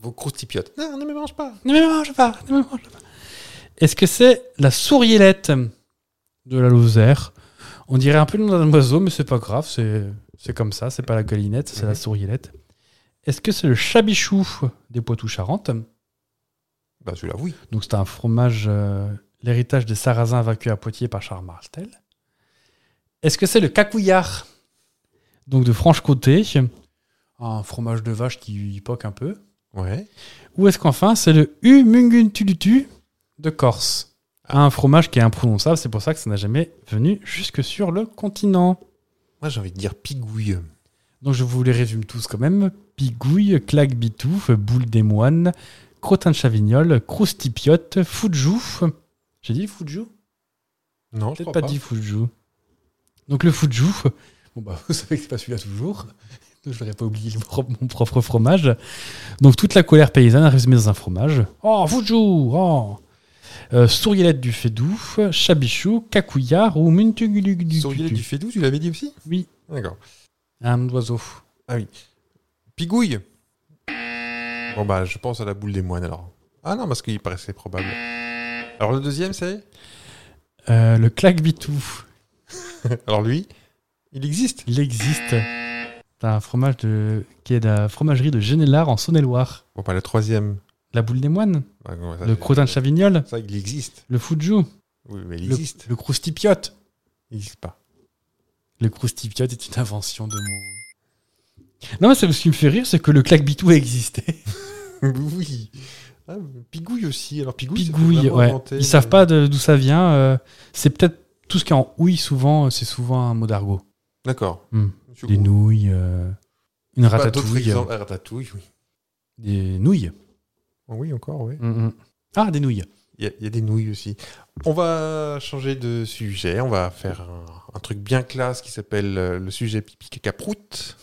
Speaker 2: Vos croustipiotes. Non, ne me mange pas.
Speaker 1: Ne me mange pas, ne me mange pas. Est-ce que c'est la sourielette de la Lozère On dirait un peu le nom d'un oiseau, mais c'est pas grave, c'est, c'est comme ça, c'est pas la galinette, c'est la
Speaker 2: Mhm.
Speaker 1: sourielette. Est-ce que c'est le chabichou des Poitou-Charentes
Speaker 2: Bah, celui-là, oui.
Speaker 1: Donc c'est un fromage, euh, l'héritage des Sarrasins vaincus à Poitiers par Charles Martel. Est-ce que c'est le cacouillard Donc de Franche-Comté, un fromage de vache qui poque un peu.
Speaker 2: Ouais.
Speaker 1: Ou est-ce qu'enfin, c'est le Humungutulutu de Corse Un fromage qui est imprononçable, c'est pour ça que ça n'a jamais venu jusque sur le continent.
Speaker 2: Moi, j'ai envie de dire pigouille.
Speaker 1: Donc je vous les résume tous quand même. Pigouille, claque bitouf, boule des moines, crottin de chavignol, croustipiote, foudjou. J'ai dit foudjou
Speaker 2: Non,
Speaker 1: Peut-être
Speaker 2: je crois
Speaker 1: pas
Speaker 2: pas.
Speaker 1: dit foudjou. Donc le foudjou, [laughs] bon bah vous savez que c'est pas celui-là toujours. [laughs] Donc, Je n'aurais pas oublié le pro- mon propre fromage. Donc toute la colère paysanne résumée dans un fromage. Oh, foudjou oh. Euh, Sourielette du Fédouf, Chabichou, Cacouillard ou Muntugulugudu.
Speaker 2: Souriez du Fédou, tu l'avais dit aussi
Speaker 1: Oui,
Speaker 2: D'accord. Ah
Speaker 1: un oiseau.
Speaker 2: Pigouille Bon, bah, je pense à la boule des moines alors. Ah non, parce qu'il paraissait probable. Alors, le deuxième, c'est [laughs]
Speaker 1: Euh, le claque-bitou,
Speaker 2: Alors, lui, il existe.
Speaker 1: il existe. C'est un fromage de... qui est de la fromagerie de Genélard en Saône-et-Loire.
Speaker 2: Bon, bah, le troisième.
Speaker 1: La boule des moines,
Speaker 2: Bah, ouais, ça,
Speaker 1: le
Speaker 2: c'est-
Speaker 1: crottin de Chavignol,
Speaker 2: Ça, il existe.
Speaker 1: le foudjou,
Speaker 2: Oui, mais il
Speaker 1: le,
Speaker 2: existe.
Speaker 1: le croustipiote.
Speaker 2: Il existe pas.
Speaker 1: Le croustipiote est une invention de mon. Non, mais ça- ce qui me fait rire, c'est que le claque-bitou a existé.
Speaker 2: [laughs] oui. Ah, mais pigouille aussi. Alors, pigouille, ça fait
Speaker 1: Pigouille,
Speaker 2: vraiment
Speaker 1: ouais.
Speaker 2: inventer,
Speaker 1: Ils savent
Speaker 2: mais-
Speaker 1: pas de- d'où ça vient. euh, c'est peut-être tout ce qui est en ouïe, souvent, euh, c'est souvent un mot d'argot.
Speaker 2: D'accord.
Speaker 1: Hmm.
Speaker 2: Monsieur
Speaker 1: Des
Speaker 2: Gros.
Speaker 1: nouilles, euh, une
Speaker 2: Oh. Pas d'autres
Speaker 1: ratatouille.
Speaker 2: exemples. Ah, ratatouille, oui.
Speaker 1: euh, Des nouilles.
Speaker 2: Ah Oui, encore, oui.
Speaker 1: Mm, mm. Ah, des nouilles.
Speaker 2: Il y, a- il y a des nouilles aussi. On va changer de sujet. On va faire un, un truc bien classe qui s'appelle euh, le sujet pipi caca prout.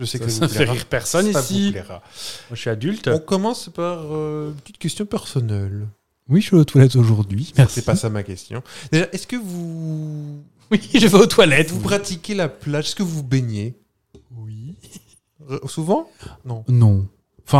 Speaker 2: Je sais que
Speaker 1: Ça,
Speaker 2: ça,
Speaker 1: ça
Speaker 2: vous
Speaker 1: fait
Speaker 2: plaira.
Speaker 1: rire personne
Speaker 2: Ça
Speaker 1: ici.
Speaker 2: vous plaira.
Speaker 1: Moi, je suis adulte.
Speaker 2: On commence par euh, une petite question personnelle.
Speaker 1: Oui, je suis aux toilettes aujourd'hui. Merci.
Speaker 2: C'est pas ça ma question. Déjà, est-ce que vous
Speaker 1: Oui, je vais aux toilettes.
Speaker 2: vous pratiquez la plage Est-ce que vous baignez
Speaker 1: Oui.
Speaker 2: R- souvent Non.
Speaker 1: Non.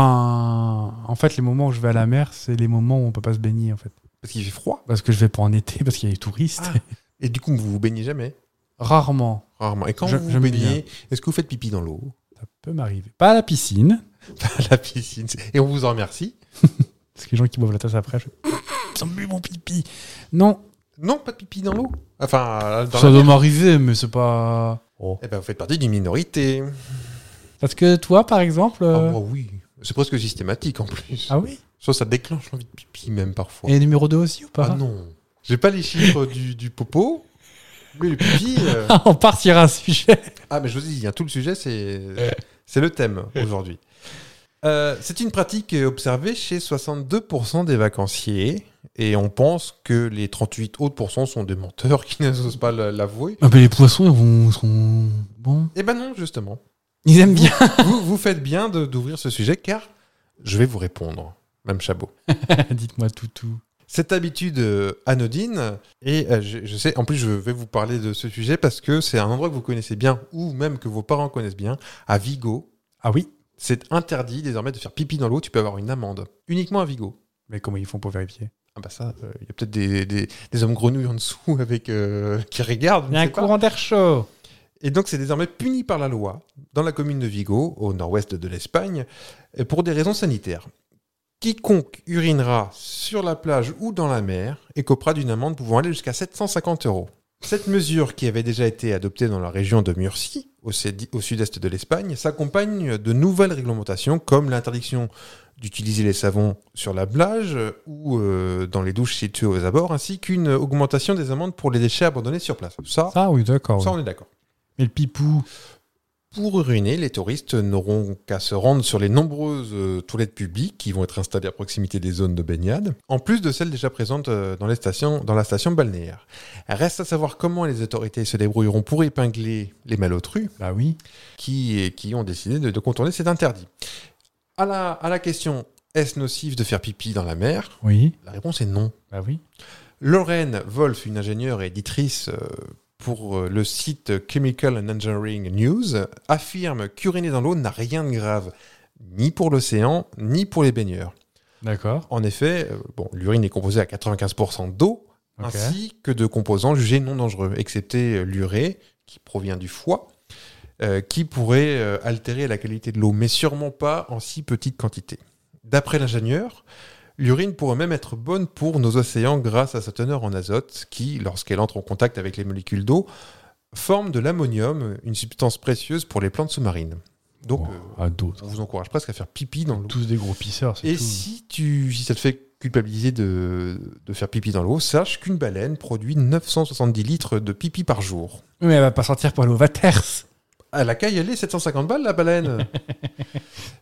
Speaker 1: Enfin, en fait, les moments où je vais à la mer, c'est les moments où on peut pas se baigner, en fait.
Speaker 2: Parce qu'il fait froid.
Speaker 1: Parce que je vais pas en été, parce qu'il y a des touristes.
Speaker 2: Ah. Et du coup, vous vous baignez jamais
Speaker 1: Rarement.
Speaker 2: Rarement. Et quand
Speaker 1: Je-
Speaker 2: vous vous
Speaker 1: j'aime bien.
Speaker 2: baignez, est-ce que vous faites pipi dans l'eau [laughs]
Speaker 1: T'as peut m'arriver. Pas à la piscine,
Speaker 2: à la piscine. Et on vous en remercie.
Speaker 1: parce que les gens qui boivent la tasse après, je... ça me bu mon pipi. Non,
Speaker 2: Non, pas de pipi dans l'eau. Enfin, euh, dans
Speaker 1: ça
Speaker 2: la
Speaker 1: doit
Speaker 2: mer.
Speaker 1: m'arriver, mais c'est pas.
Speaker 2: Eh ben, vous faites partie d'une minorité.
Speaker 1: Euh. Parce que toi, par exemple.
Speaker 2: Ah,
Speaker 1: euh,
Speaker 2: moi, oui. C'est presque systématique en plus.
Speaker 1: Ah oui
Speaker 2: Ça, ça déclenche l'envie de pipi même parfois.
Speaker 1: Et numéro 2 aussi ou pas
Speaker 2: ah non. J'ai pas les chiffres du, du popo, mais le pipi. euh,
Speaker 1: [laughs] On part sur un sujet.
Speaker 2: Ah, mais je vous dis, hein, tout le sujet, c'est c'est le thème aujourd'hui. Euh, c'est une pratique observée chez 62% des vacanciers et on pense que les 38 autres pourcents sont des menteurs qui [laughs] n'osent pas l'avouer.
Speaker 1: Ah, mais les poissons, ils vont, sont. Bon.
Speaker 2: Eh ben non, justement.
Speaker 1: Ils aiment bien. [laughs]
Speaker 2: vous, vous faites bien de- d'ouvrir ce sujet car je vais vous répondre, Mme Chabot.
Speaker 1: Dites-moi toutou.
Speaker 2: Cette habitude euh, anodine, et euh, je, je sais, en plus je vais vous parler de ce sujet parce que c'est un endroit que vous connaissez bien, ou même que vos parents connaissent bien, à Vigo,
Speaker 1: Ah oui
Speaker 2: c'est interdit désormais de faire pipi dans l'eau, tu peux avoir une amende. Uniquement à Vigo.
Speaker 1: Mais comment ils font pour vérifier
Speaker 2: Ah bah ça, euh, il y a peut-être des, des- des hommes grenouilles en dessous [laughs] avec, euh, qui regardent.
Speaker 1: Il
Speaker 2: je
Speaker 1: y
Speaker 2: ne
Speaker 1: a un
Speaker 2: sais pas.
Speaker 1: courant d'air chaud.
Speaker 2: Et donc, c'est désormais puni par la loi dans la commune de Vigo, au nord-ouest de l'Espagne, et pour des raisons sanitaires. Quiconque urinera sur la plage ou dans la mer et copera d'une amende pouvant aller jusqu'à 750 euros. Cette mesure, qui avait déjà été adoptée dans la région de Murcie, au, sédi- au sud-est de l'Espagne, s'accompagne de nouvelles réglementations comme l'interdiction d'utiliser les savons sur la plage euh, ou euh, dans les douches situées aux abords, ainsi qu'une augmentation des amendes pour les déchets abandonnés sur place. Ça,
Speaker 1: Ça, oui, d'accord.
Speaker 2: ça
Speaker 1: oui.
Speaker 2: on est d'accord.
Speaker 1: Mais le pipou.
Speaker 2: Pour uriner, les touristes n'auront qu'à se rendre sur les nombreuses euh, toilettes publiques qui vont être installées à proximité des zones de baignade, en plus de celles déjà présentes euh, dans, les stations, dans la station balnéaire. Reste à savoir comment les autorités se débrouilleront pour épingler les malotrus
Speaker 1: Bah oui.
Speaker 2: qui, euh, qui ont décidé de, de contourner cet interdit. À la, à la question est-ce nocif de faire pipi dans la mer
Speaker 1: Oui.
Speaker 2: La réponse est non.
Speaker 1: Bah oui.
Speaker 2: Lorraine Wolf, une ingénieure et éditrice euh, pour euh, le site Chemical and Engineering News, affirme qu'uriner dans l'eau n'a rien de grave, ni pour l'océan, ni pour les baigneurs.
Speaker 1: D'accord.
Speaker 2: En effet, euh, bon, l'urine est composée à 95% d'eau,
Speaker 1: Ok.
Speaker 2: ainsi que de composants jugés non dangereux, excepté euh, l'urée, qui provient du foie, euh, qui pourrait euh, altérer la qualité de l'eau, mais sûrement pas en si petite quantité. D'après l'ingénieur, l'urine pourrait même être bonne pour nos océans grâce à sa teneur en azote, qui, lorsqu'elle entre en contact avec les molécules d'eau, forme de l'ammonium, une substance précieuse pour les plantes sous-marines. Donc,
Speaker 1: Bon,
Speaker 2: euh,
Speaker 1: à dos.
Speaker 2: on vous encourage presque à faire pipi dans l'eau.
Speaker 1: Ah, Tous des gros pisseurs, c'est
Speaker 2: Et
Speaker 1: tout.
Speaker 2: si, tu, si ça te fait culpabiliser de, de faire pipi dans l'eau, sache qu'une baleine produit 970 litres de pipi par jour.
Speaker 1: Oui, Mais elle va pas sortir pour aller au Vaters.
Speaker 2: À la caille, elle est 750 balles, la
Speaker 1: [laughs]
Speaker 2: baleine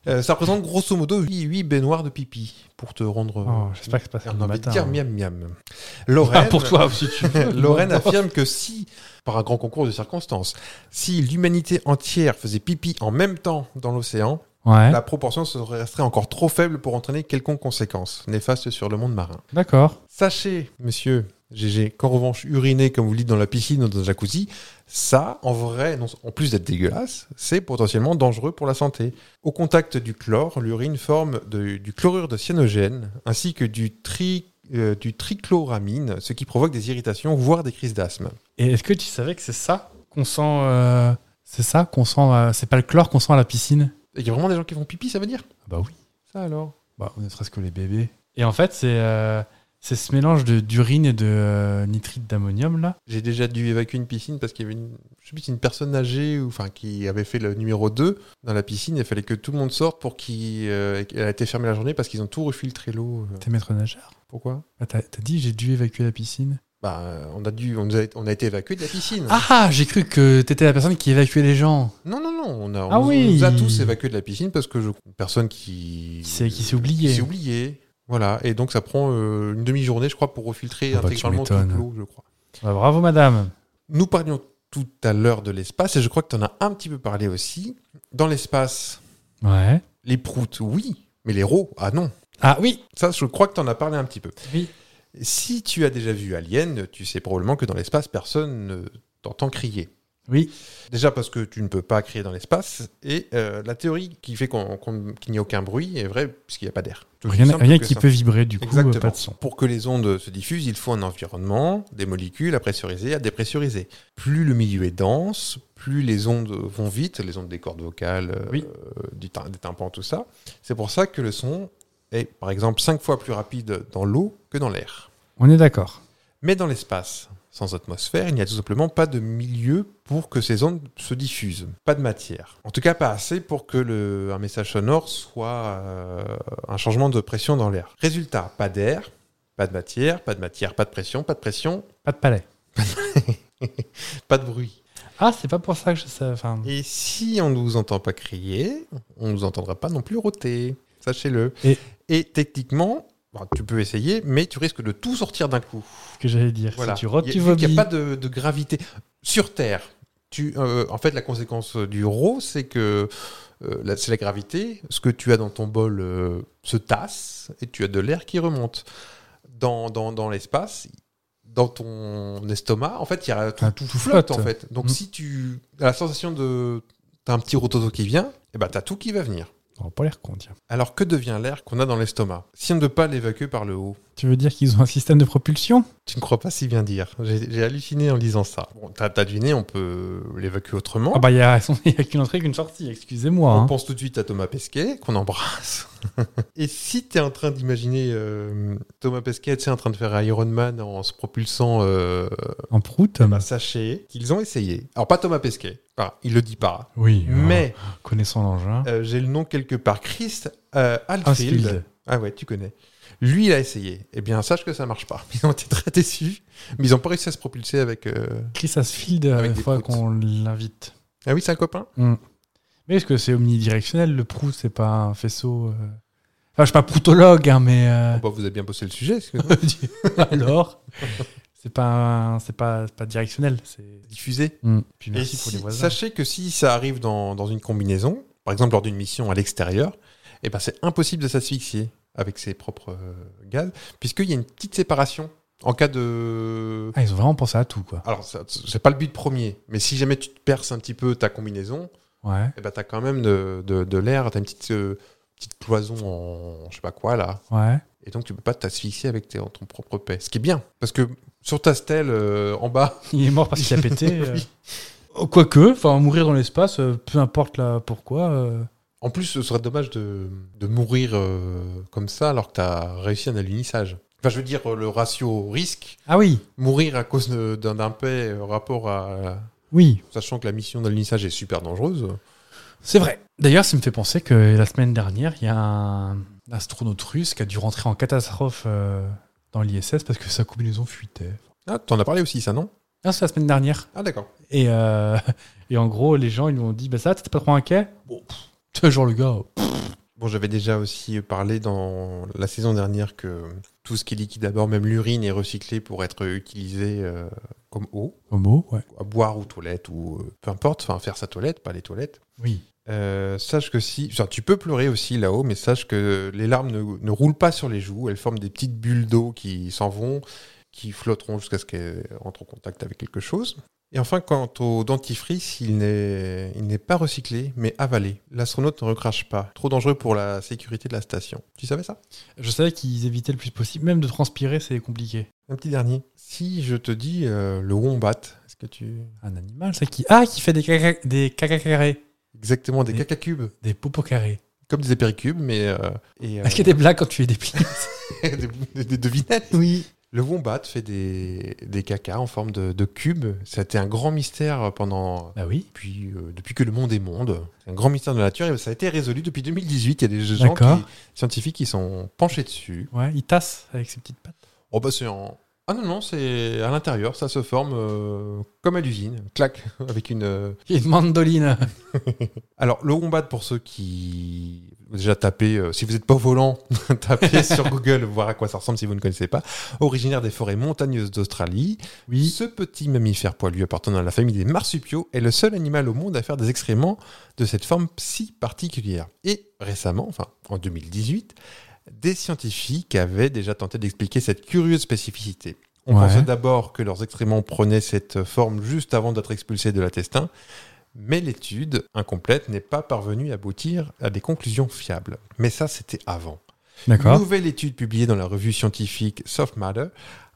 Speaker 2: Euh, Ça représente grosso modo 8, baignoires de pipi, pour te rendre...
Speaker 1: Oh, J'espère que c'est pas
Speaker 2: On
Speaker 1: ça
Speaker 2: a
Speaker 1: le
Speaker 2: envie de
Speaker 1: matin.
Speaker 2: dire
Speaker 1: hein.
Speaker 2: miam miam.
Speaker 1: Ah,
Speaker 2: Lorraine,
Speaker 1: pour toi, si tu veux.
Speaker 2: [laughs] Lorraine
Speaker 1: Non.
Speaker 2: affirme que si, par un grand concours de circonstances, si l'humanité entière faisait pipi en même temps dans l'océan,
Speaker 1: Ouais.
Speaker 2: la proportion serait resterait encore trop faible pour entraîner quelconque conséquence néfaste sur le monde marin.
Speaker 1: D'accord.
Speaker 2: Sachez, monsieur GG, qu'en revanche, uriner, comme vous le dites, dans la piscine ou dans un jacuzzi, ça, en vrai, non- en plus d'être dégueulasse, c'est potentiellement dangereux pour la santé. Au contact du chlore, l'urine forme de- du chlorure de cyanogène ainsi que du, tri- euh, du trichloramine, ce qui provoque des irritations, voire des crises d'asthme.
Speaker 1: Et est-ce que tu savais que c'est ça qu'on sent. euh, C'est ça qu'on sent. euh, C'est pas le chlore qu'on sent à la piscine
Speaker 2: Il y a vraiment des gens qui font pipi, ça veut dire
Speaker 1: Bah oui.
Speaker 2: Ça alors
Speaker 1: Bah, ne serait-ce que les bébés. Et en fait, c'est euh, c'est ce mélange de- d'urine et de euh, nitrite d'ammonium, là.
Speaker 2: J'ai déjà dû évacuer une piscine parce qu'il y avait une, je sais plus, si une personne âgée ou enfin qui avait fait le numéro 2 dans la piscine. Il fallait que tout le monde sorte pour qu'il euh, elle a été fermée la journée parce qu'ils ont tout refiltré l'eau. Euh,
Speaker 1: T'es maître nageur
Speaker 2: Pourquoi
Speaker 1: Ah, T'as t'as dit j'ai dû évacuer la piscine
Speaker 2: Bah euh, on a dû on, nous a, on a été évacué de la piscine.
Speaker 1: Ah, j'ai cru que t'étais la personne qui évacuait les gens.
Speaker 2: non non non, on a on
Speaker 1: Ah
Speaker 2: nous- on
Speaker 1: oui.
Speaker 2: nous a tous évacué de la piscine parce que je une personne qui
Speaker 1: Qui s'est- qui s'est oubliée.
Speaker 2: qui s'est oubliée. Voilà, et donc ça prend euh, une demi-journée, je crois, pour refiltrer
Speaker 1: Ah bah, tu
Speaker 2: intégralement toute
Speaker 1: m'étonnes.
Speaker 2: l'eau, je crois.
Speaker 1: Bah, bravo, madame.
Speaker 2: Nous parlions tout à l'heure de l'espace, et je crois que tu en as un petit peu parlé aussi. Dans l'espace,
Speaker 1: Ouais.
Speaker 2: Les proutes, oui, mais les rots, ah non.
Speaker 1: Ah oui.
Speaker 2: Ça, je crois que tu en as parlé un petit peu.
Speaker 1: Oui.
Speaker 2: Si tu as déjà vu Alien, tu sais probablement que dans l'espace, personne ne t'entend crier.
Speaker 1: Oui.
Speaker 2: Déjà parce que tu ne peux pas crier dans l'espace, et euh, la théorie qui fait qu'on- qu'on- qu'il n'y a aucun bruit est vraie puisqu'il n'y a pas d'air. Tout aussi
Speaker 1: Rien,
Speaker 2: simple
Speaker 1: rien
Speaker 2: que
Speaker 1: qui
Speaker 2: ça.
Speaker 1: peut vibrer, du coup,
Speaker 2: Exactement.
Speaker 1: euh, pas de son.
Speaker 2: Pour que les ondes se diffusent, il faut un environnement, des molécules à pressuriser, à dépressuriser. Plus le milieu est dense, plus les ondes vont vite, les ondes des cordes vocales, euh,
Speaker 1: Oui.
Speaker 2: du tim- des tympans, tout ça. C'est pour ça que le son est, par exemple, cinq fois plus rapide dans l'eau que dans l'air.
Speaker 1: On est d'accord.
Speaker 2: Mais dans l'espace, sans atmosphère, il n'y a tout simplement pas de milieu pour que ces ondes se diffusent. Pas de matière. En tout cas, pas assez pour que le, un message sonore soit euh, un changement de pression dans l'air. Résultat, pas d'air, pas de matière, pas de matière, pas de pression, pas de pression,
Speaker 1: Pas de palais.
Speaker 2: pas de bruit.
Speaker 1: Ah, c'est pas pour ça que je sais. Enfin,
Speaker 2: Et si on ne vous entend pas crier, on ne nous entendra pas non plus rôter. Sachez-le.
Speaker 1: Et-
Speaker 2: Et, techniquement, bon, tu peux essayer, mais tu risques de tout sortir d'un coup.
Speaker 1: ce que j'allais dire.
Speaker 2: Voilà.
Speaker 1: Si tu rôtes,
Speaker 2: Il y a-
Speaker 1: tu
Speaker 2: vu qu'il
Speaker 1: vomis.
Speaker 2: n'y a pas de, de gravité. Sur Terre, tu, euh, en fait, la conséquence du rho, c'est que euh, la- c'est la gravité. Ce que tu as dans ton bol euh, se tasse et tu as de l'air qui remonte. Dans, dans, dans l'espace, dans ton estomac, en fait, il y a tout,
Speaker 1: Ah,
Speaker 2: tout
Speaker 1: tout
Speaker 2: flotte,
Speaker 1: flotte.
Speaker 2: en fait. Donc,
Speaker 1: Mm.
Speaker 2: si tu as la sensation de. T'as un petit rototo qui vient, et ben t'as tout qui va venir.
Speaker 1: On va pas l'air con, tiens.
Speaker 2: Alors que devient l'air qu'on a dans l'estomac Si on ne peut pas l'évacuer par le haut,
Speaker 1: Tu veux dire qu'ils ont un système de propulsion
Speaker 2: tu ne crois pas si bien dire. J'ai j'ai halluciné en lisant ça. Bon, t'as t'as deviné, on peut l'évacuer autrement.
Speaker 1: Ah bah, il y a, [laughs] il y a qu'une entrée, qu'une sortie, excusez-moi.
Speaker 2: on
Speaker 1: hein.
Speaker 2: pense tout de suite à Thomas Pesquet, qu'on embrasse. [laughs] Et si tu es en train d'imaginer euh, Thomas Pesquet, tu sais, en train de faire Iron Man en se propulsant, euh,
Speaker 1: En prout
Speaker 2: bah, sachez qu'ils ont essayé. Alors, pas Thomas Pesquet, enfin, il le dit pas.
Speaker 1: Oui, Ah, mais
Speaker 2: Mais
Speaker 1: connaissant l'engin.
Speaker 2: euh, j'ai le nom quelque part. Chris euh, Hadfield.
Speaker 1: Housefield.
Speaker 2: Ah ouais, tu connais. Lui, il a essayé. Eh bien, sache que ça marche pas. [laughs] Ils ont été très déçus, mais ils ont pas réussi à se propulser avec. euh,
Speaker 1: Chris Asfield, à
Speaker 2: Avec
Speaker 1: la
Speaker 2: des
Speaker 1: fois
Speaker 2: proutes.
Speaker 1: qu'on l'invite.
Speaker 2: Ah oui, c'est un copain
Speaker 1: Mais est-ce que c'est omnidirectionnel Le prout, c'est pas un faisceau. euh, Enfin, je suis pas proutologue, hein, mais. euh, [laughs]
Speaker 2: Oh, bah, Vous avez bien bossé le sujet. parce que- [laughs]
Speaker 1: Alors C'est pas, un- c'est pas, c'est pas directionnel. c'est-
Speaker 2: Diffusé.
Speaker 1: Puis merci
Speaker 2: Mm. Et
Speaker 1: pour
Speaker 2: si-
Speaker 1: les voisins.
Speaker 2: Sachez que si ça arrive dans, dans une combinaison, par exemple lors d'une mission à l'extérieur, eh ben c'est impossible de s'asphyxier avec ses propres euh, gaz, puisqu'il y a une petite séparation en cas de.
Speaker 1: Ah, ils ont vraiment pensé à tout, quoi.
Speaker 2: Alors, ça- c'est pas le but premier, mais si jamais tu te perces un petit peu ta combinaison,
Speaker 1: Ouais.
Speaker 2: eh ben t'as quand même de, de- de l'air, t'as une petite, euh, petite cloison en je sais pas quoi là,
Speaker 1: Ouais.
Speaker 2: et donc tu peux pas t'asphyxier avec tes- ton propre paix. Ce qui est bien, parce que sur ta stèle euh, en bas,
Speaker 1: Il est mort parce qu'il a [laughs] pété.
Speaker 2: Oui.
Speaker 1: euh. Quoique, enfin, mourir dans l'espace, euh, peu importe là pourquoi. euh.
Speaker 2: En plus, ce serait dommage de, de mourir euh, comme ça alors que tu as réussi un alunissage. Enfin, je veux dire, euh, le ratio risque,
Speaker 1: Ah oui,
Speaker 2: mourir à cause de- d'un d'un paix euh, rapport à.
Speaker 1: oui,
Speaker 2: Sachant que la mission d'alunissage est super dangereuse.
Speaker 1: c'est vrai. D'ailleurs, ça me fait penser que la semaine dernière, il y a un astronaute russe qui a dû rentrer en catastrophe euh, dans l'ISS parce que sa combinaison fuitait.
Speaker 2: Ah, t'en as parlé aussi, ça, non
Speaker 1: Non, c'est la semaine dernière.
Speaker 2: Ah, d'accord.
Speaker 1: Et, euh, [laughs] et en gros, les gens, ils lui ont dit Bah ça, t'étais pas trop inquiet Bon, pff, genre le gars. pff.
Speaker 2: Bon, j'avais déjà aussi parlé dans la saison dernière que tout ce qui est liquide à bord, même l'urine, est recyclé pour être utilisé euh, comme eau,
Speaker 1: Homo, ouais.
Speaker 2: à boire ou toilette, ou euh, peu importe, enfin, faire sa toilette, pas les toilettes.
Speaker 1: Oui.
Speaker 2: Euh, sache que si. enfin, tu peux pleurer aussi là-haut, mais sache que les larmes ne, ne roulent pas sur les joues. Elles forment des petites bulles d'eau qui s'en vont, qui flotteront jusqu'à ce qu'elles rentrent en contact avec quelque chose. Et enfin, quant au dentifrice, il n'est il n'est pas recyclé, mais avalé. L'astronaute ne recrache pas. Trop dangereux pour la sécurité de la station. Tu savais ça
Speaker 1: Je savais qu'ils évitaient le plus possible. Même de transpirer, c'est compliqué.
Speaker 2: Un petit dernier. Si je te dis euh, le wombat, est-ce que tu.
Speaker 1: Un animal, ça qui. Ah, qui fait des caca, des caca carrés.
Speaker 2: Exactement, des
Speaker 1: Des-
Speaker 2: cacacubes,
Speaker 1: Des popos carrés.
Speaker 2: comme des épéricubes, mais. euh, et, euh,
Speaker 1: Est-ce qu'il y a des blagues quand tu fais des plis
Speaker 2: [laughs] des- des devinettes
Speaker 1: Oui.
Speaker 2: Le wombat fait des, des cacas en forme de, de cube. Ça a été un grand mystère pendant.
Speaker 1: Bah oui.
Speaker 2: Depuis, euh, depuis que le monde est monde. C'est un grand mystère de la nature et ça a été résolu depuis 2018. Il y a des gens
Speaker 1: D'accord.
Speaker 2: qui- scientifiques qui sont penchés dessus.
Speaker 1: Ouais, il tasse avec ses petites pattes.
Speaker 2: Oh, bah, c'est en. Ah non, non, c'est à l'intérieur. Ça se forme euh, comme à l'usine. Clac [laughs] Avec une. euh,
Speaker 1: Il y a une mandoline.
Speaker 2: Alors, le wombat, pour ceux qui. Déjà, tapez, euh, si vous n'êtes pas au volant, [laughs] tapez sur Google, voir à quoi ça ressemble si vous ne connaissez pas. Originaire des forêts montagneuses d'Australie.
Speaker 1: Oui.
Speaker 2: Ce petit mammifère poilu appartenant à la famille des marsupiaux est le seul animal au monde à faire des excréments de cette forme si particulière. Et récemment, enfin en 2018, des scientifiques avaient déjà tenté d'expliquer cette curieuse spécificité. On
Speaker 1: Ouais.
Speaker 2: pensait d'abord que leurs excréments prenaient cette forme juste avant d'être expulsés de l'intestin, mais l'étude incomplète n'est pas parvenue à aboutir à des conclusions fiables. Mais ça, c'était avant. Une
Speaker 1: D'accord.
Speaker 2: nouvelle étude publiée dans la revue scientifique Soft Matter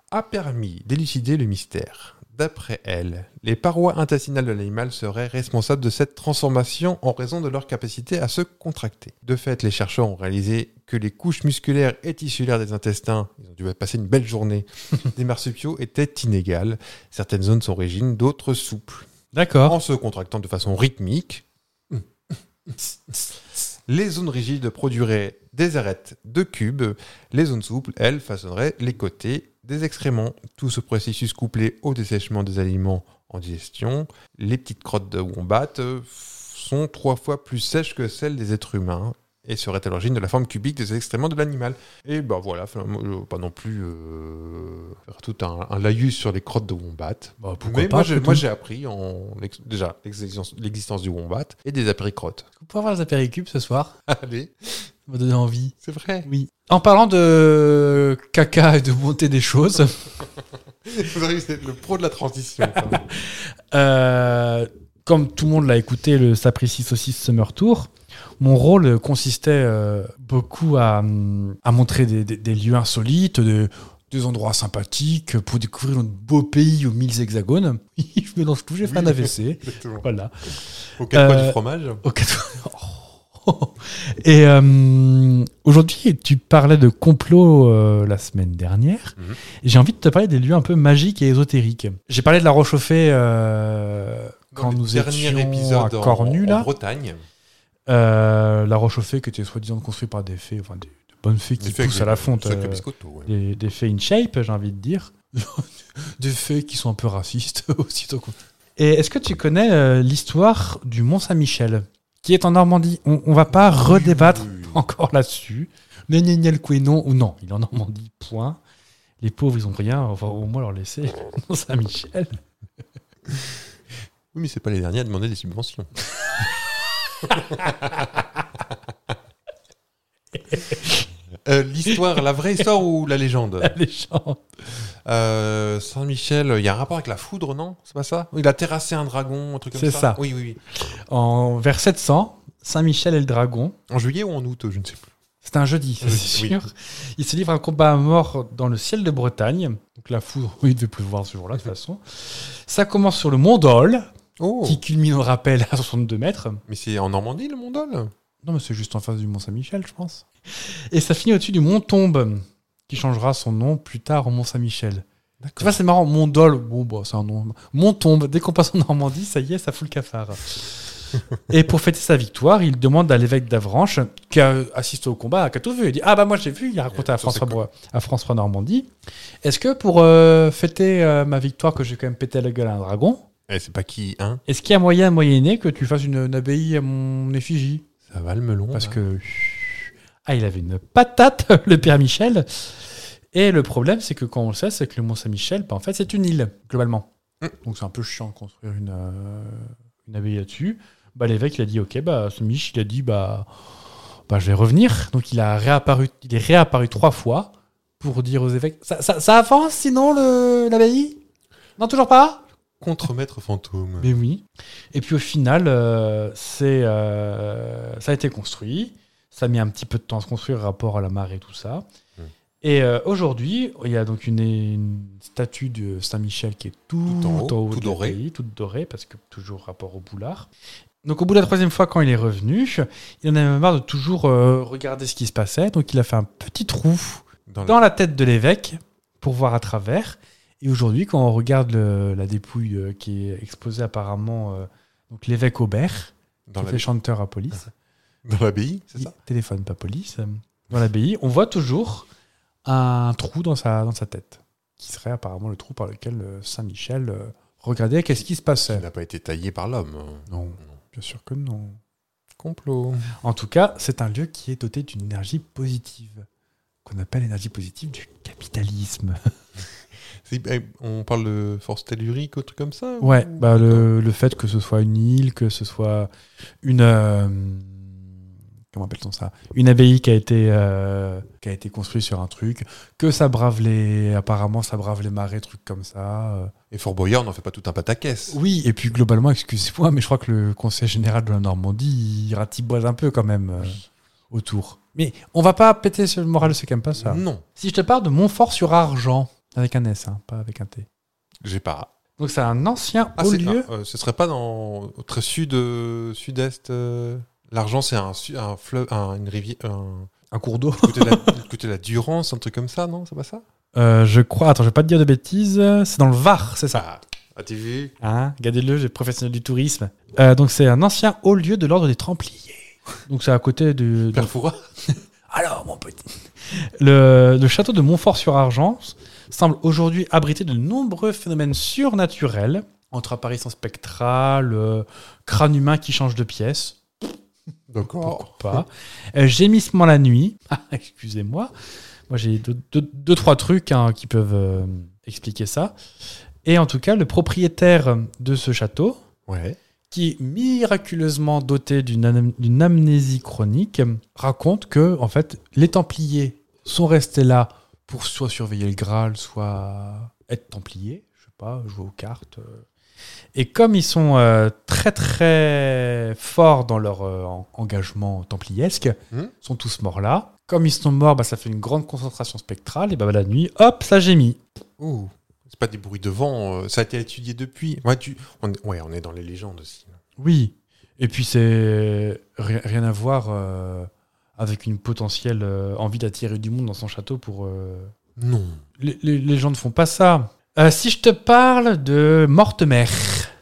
Speaker 2: a permis d'élucider le mystère. D'après elle, les parois intestinales de l'animal seraient responsables de cette transformation en raison de leur capacité à se contracter. De fait, les chercheurs ont réalisé que les couches musculaires et tissulaires des intestins, ils ont dû passer une belle journée,
Speaker 1: [laughs]
Speaker 2: des marsupiaux étaient inégales. Certaines zones sont rigides, d'autres souples.
Speaker 1: D'accord.
Speaker 2: En se contractant de façon rythmique,
Speaker 1: Oh.
Speaker 2: les zones rigides produiraient des arêtes de cubes, les zones souples, elles, façonneraient les côtés des excréments. Tout ce processus couplé au dessèchement des aliments en digestion, les petites crottes de wombat euh, sont trois fois plus sèches que celles des êtres humains et seraient à l'origine de la forme cubique des excréments de l'animal. Et ben voilà, finalement, euh, pas non plus euh, faire tout un, un laïus sur les crottes de wombat.
Speaker 1: Bah, pourquoi
Speaker 2: Mais
Speaker 1: pas
Speaker 2: moi, j'ai-
Speaker 1: après
Speaker 2: moi,
Speaker 1: tout.
Speaker 2: j'ai appris en, l'ex- déjà l'existence l'existence du wombat et des apéricrottes.
Speaker 1: Est-ce qu'on pourrait avoir les apéricubes ce soir
Speaker 2: [laughs] Allez,
Speaker 1: Ça m'a donné envie.
Speaker 2: c'est vrai.
Speaker 1: Oui. En parlant de caca et de monter des choses,
Speaker 2: Vous arrivez, c'est le pro de
Speaker 1: [laughs]
Speaker 2: la transition. ça.
Speaker 1: Euh, comme tout le monde l'a écouté, le Sapristi Saucisse Summer Tour, mon rôle consistait euh, beaucoup à, hum, à montrer des, des- des lieux insolites, des, des endroits sympathiques pour découvrir notre beau pays aux mille hexagones. [laughs] Je mélange tout, j'ai fait un
Speaker 2: Oui.
Speaker 1: AVC.
Speaker 2: Exactement.
Speaker 1: Voilà.
Speaker 2: Au quatre fois
Speaker 1: Euh,
Speaker 2: du fromage.
Speaker 1: Au quatre- Oh. [laughs] Et euh, aujourd'hui, tu parlais de complot euh, la semaine dernière.
Speaker 2: Mhm.
Speaker 1: Et J'ai envie de te parler des lieux un peu magiques et ésotériques. J'ai parlé de la Rochauffée euh, quand
Speaker 2: le
Speaker 1: nous
Speaker 2: dernier
Speaker 1: étions
Speaker 2: épisode
Speaker 1: à
Speaker 2: en-
Speaker 1: Cornu,
Speaker 2: en,
Speaker 1: là.
Speaker 2: Bretagne.
Speaker 1: Euh, la Rochauffée qui était soi-disant construite par des fées, enfin des, de bonnes fées qui
Speaker 2: C'est fait
Speaker 1: poussent
Speaker 2: avec
Speaker 1: à la
Speaker 2: le-
Speaker 1: fonte.
Speaker 2: c'est avec le
Speaker 1: euh,
Speaker 2: biscotto, ouais.
Speaker 1: des, des faits in shape, j'ai envie de dire. [laughs] des faits qui sont un peu racistes, [laughs] aussitôt qu'on- Et est-ce que tu connais euh, l'histoire du Mont-Saint-Michel, qui est en Normandie On on va pas redébattre
Speaker 2: Oui, oui, oui.
Speaker 1: encore là-dessus. Néniel Quénon, ou non, il est en Normandie, point. Les pauvres, ils ont rien, on va au moins leur laisser [laughs] le Mont-Saint-Michel.
Speaker 2: Oui, mais c'est pas les derniers à demander
Speaker 1: [laughs]
Speaker 2: des subventions. Euh, L'histoire, la vraie histoire ou la légende
Speaker 1: Les gens.
Speaker 2: Euh, Saint-Michel, il y a un rapport avec la foudre, non C'est pas ça Il a terrassé un dragon, un truc comme ça
Speaker 1: C'est ça.
Speaker 2: Oui, oui, oui.
Speaker 1: En, vers 700, Saint-Michel et le dragon,
Speaker 2: En juillet ou en août, je ne sais plus.
Speaker 1: C'est un jeudi, ça,
Speaker 2: Ah Oui,
Speaker 1: c'est
Speaker 2: oui.
Speaker 1: sûr. Il se livre à un combat à mort dans le ciel de Bretagne. Donc la foudre, [laughs] il devait pleuvoir ce jour-là, de toute façon. Ça commence sur le Mont d'Ol,
Speaker 2: Oh
Speaker 1: qui culmine, on le rappelle, à [laughs] 62 mètres.
Speaker 2: Mais c'est en Normandie, le Mondol
Speaker 1: Non, mais c'est juste en face du Mont Saint-Michel, je pense. Et ça finit au-dessus du Mont Tombe, qui changera son nom plus tard au Mont Saint-Michel. Tu vois, c'est marrant, Mont d'Ol, bon, bah, c'est un nom. Mont Tombe, dès qu'on passe en Normandie, ça y est, ça fout le [laughs] cafard. Et pour fêter sa victoire, il demande à l'évêque d'Avranches, qui a assisté au combat, qui a tout vu. Il dit Ah, bah moi j'ai vu, il a raconté à
Speaker 2: Ça, c'est
Speaker 1: François,
Speaker 2: cool.
Speaker 1: Bro- à François Normandie. Est-ce que pour euh, fêter euh, ma victoire, que j'ai quand même pété la gueule à un dragon,
Speaker 2: Eh, c'est pas qui, hein
Speaker 1: est-ce qu'il y a moyen, moyenné, que tu fasses une, une abbaye à mon effigie
Speaker 2: Ça va le melon.
Speaker 1: Parce
Speaker 2: là.
Speaker 1: que. Ah, il avait une patate, [laughs] le père Michel. Et le problème, c'est que quand on le sait, c'est que le Mont-Saint-Michel, bah, en fait, c'est une île, globalement.
Speaker 2: Mm.
Speaker 1: Donc c'est un peu chiant de construire une, euh, une abbaye là-dessus. Bah, L'évêque, il a dit Ok, bah, ce Mich, il a dit bah, bah, Je vais revenir. Donc il, a réapparu, il est réapparu trois fois pour dire aux évêques Ça, ça- ça avance sinon le- l'abbaye Non, toujours pas
Speaker 2: Contre-maître fantôme.
Speaker 1: mais oui. Et puis au final, euh, c'est, euh, ça a été construit. Ça a mis un petit peu de temps à se construire, rapport à la marée, tout ça.
Speaker 2: Mm.
Speaker 1: Et euh, aujourd'hui, il y a donc une, une statue de Saint-Michel qui est tout,
Speaker 2: Tout en haut,
Speaker 1: en haut
Speaker 2: tout
Speaker 1: de la
Speaker 2: dorée.
Speaker 1: grille, toute dorée, parce que toujours rapport au boulard. Donc au bout de la troisième fois, quand il est revenu, il en avait marre de toujours euh, regarder ce qui se passait. Donc il a fait un petit trou
Speaker 2: Dans la-
Speaker 1: dans la tête de l'évêque pour voir à travers. Et aujourd'hui, quand on regarde le- la dépouille euh, qui est exposée apparemment, euh, donc l'évêque Aubert,
Speaker 2: dans
Speaker 1: qui
Speaker 2: la-
Speaker 1: était chanteur à police,
Speaker 2: dans l'abbaye, c'est
Speaker 1: il-
Speaker 2: ça
Speaker 1: téléphone pas police, euh, dans l'abbaye, on voit toujours un trou dans sa, dans sa tête, qui serait apparemment le trou par lequel euh, Saint Michel euh, regardait qu'est-ce qui se
Speaker 2: Il
Speaker 1: passait.
Speaker 2: n'a pas été taillé par l'homme. hein. Mm.
Speaker 1: Non, bien sûr que non.
Speaker 2: Complot.
Speaker 1: En tout cas, c'est un lieu qui est doté d'une énergie positive, qu'on appelle l'énergie positive du capitalisme.
Speaker 2: C'est- eh, On parle de force tellurique, ou truc comme ça ou-
Speaker 1: Ouais, bah le, le fait que ce soit une île, que ce soit une. euh,
Speaker 4: comment appelle-t-on ça
Speaker 1: Une abbaye qui a été. euh,
Speaker 4: qui a été construit sur un truc, que ça brave les. Apparemment, ça brave les marais, trucs comme ça. euh.
Speaker 2: Et Fort Boyard n'en fait pas tout un pataquès.
Speaker 4: Oui, et puis globalement, excusez-moi, mais je crois que le Conseil général de la Normandie, il ratiboise un peu quand même euh, autour. Mais on va pas péter sur le moral de ce pas ça.
Speaker 2: Non,
Speaker 4: Mm. Si je te parle de Montfort sur Argent, avec un S, hein, pas avec un T.
Speaker 2: j'ai pas.
Speaker 4: Donc c'est un ancien
Speaker 2: Ah,
Speaker 4: haut
Speaker 2: c'est-
Speaker 4: lieu.
Speaker 2: ah, euh, ce serait pas dans au très sud, euh, sud-est. euh, L'argent, c'est un, su- un fleuve, un- une rivière, un
Speaker 4: Un cours d'eau.
Speaker 2: côté de la, [laughs] du côté de la Durance, un truc comme ça, non C'est pas ça
Speaker 1: euh, je crois. Attends, je vais pas te dire de bêtises. C'est dans le Var, c'est ça.
Speaker 2: Ah, ah, t'as vu
Speaker 1: Hein, Regardez-le, j'ai professionnel du tourisme. Euh, donc c'est un ancien haut lieu de l'ordre des Templiers. Donc c'est à côté de. de-
Speaker 2: Père Fouras
Speaker 1: Alors mon petit. Le, le château de Montfort-sur-Argent semble aujourd'hui abriter de nombreux phénomènes surnaturels, entre apparitions spectrales, euh, crâne humain qui change de pièce,
Speaker 2: D'accord.
Speaker 1: pourquoi pas, euh, gémissement la nuit. [laughs] Ah, Excusez-moi, moi j'ai deux, deux- deux, trois trucs hein, qui peuvent euh, expliquer ça. Et en tout cas, le propriétaire de ce château,
Speaker 2: Ouais.
Speaker 1: qui est miraculeusement doté d'une anem- d'une amnésie chronique, raconte que en fait les Templiers sont restés là pour soit surveiller le Graal, soit être Templiers, je sais pas, jouer aux cartes. euh. Et comme ils sont euh, très très forts dans leur euh, en- engagement templiesque,
Speaker 2: Hmm.
Speaker 1: sont tous morts là. Comme ils sont morts, bah, ça fait une grande concentration spectrale. Et bah, la nuit, hop, ça gémit.
Speaker 2: Ouh. C'est pas des bruits de vent, euh, ça a été étudié depuis. Ouais, tu... on... est- ouais, on est dans les légendes aussi.
Speaker 1: Oui. Et puis, c'est ri- rien à voir euh, avec une potentielle euh, envie d'attirer du monde dans son château pour. euh,
Speaker 2: Non.
Speaker 1: Les, les- les gens ne font pas ça. Euh, si je te parle de Mortemer,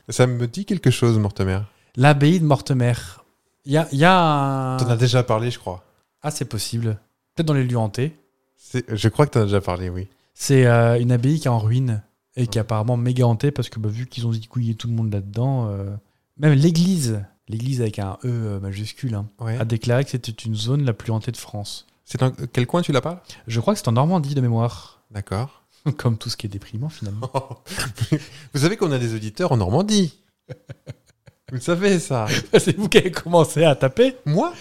Speaker 2: Ça me dit quelque chose, Mortemer.
Speaker 1: l'abbaye de Mortemer, il y a, il y a un.
Speaker 2: T'en as déjà parlé, je crois.
Speaker 1: Ah, c'est possible. Peut-être dans les lieux hantés.
Speaker 2: C'est- Je crois que t'en as déjà parlé, oui.
Speaker 1: C'est euh, une abbaye qui est en ruine et qui est apparemment méga hantée parce que bah, vu qu'ils ont zigouillé tout le monde là-dedans, euh, même l'église, l'église avec un E euh, majuscule, hein,
Speaker 2: Ouais.
Speaker 1: a déclaré que c'était une zone la plus hantée de France.
Speaker 2: Ah, C'est dans quel coin tu l'as pas
Speaker 1: Je crois que c'est en Normandie de mémoire. [laughs]
Speaker 2: D'accord.
Speaker 1: Comme tout ce qui est déprimant finalement.
Speaker 2: [laughs]
Speaker 1: [laughs]
Speaker 2: Vous savez qu'on a des auditeurs en [laughs] Normandie. Vous le savez, ça.
Speaker 1: c'est vous qui avez commencé à taper
Speaker 2: Moi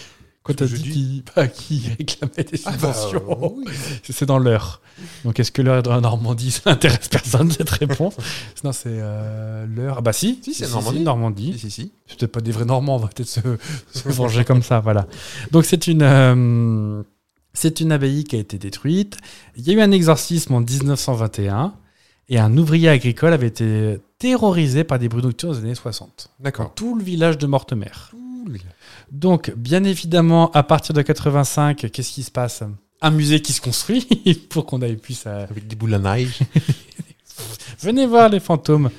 Speaker 1: quand t'as
Speaker 2: Je
Speaker 1: dit
Speaker 2: dis.
Speaker 1: qui, bah, qui [laughs] réclamait des
Speaker 2: Ah bah,
Speaker 1: subventions.
Speaker 2: euh, oui.
Speaker 1: C'est dans l'heure. Donc est-ce que l'heure est dans la Normandie [laughs] Ça n'intéresse personne cette réponse. non, c'est euh, l'heure. Ah bah si,
Speaker 2: Si, c'est Normandie. Si,
Speaker 1: Normandie.
Speaker 2: si, si.
Speaker 1: C'est peut-être pas des vrais Normands, on va peut-être se, se venger comme ça, voilà. Donc c'est une, euh, c'est une abbaye qui a été détruite. Il y a eu un exorcisme en 1921 et un ouvrier agricole avait été terrorisé par des bruits nocturnes des années 60 dans
Speaker 2: D'accord.
Speaker 1: tout le village de Mortemer. Donc bien évidemment, à partir de 85, qu'est-ce qui se passe Un musée qui se construit [laughs] pour qu'on aille plus à,
Speaker 2: Avec des boules à neige.
Speaker 1: Venez voir les fantômes.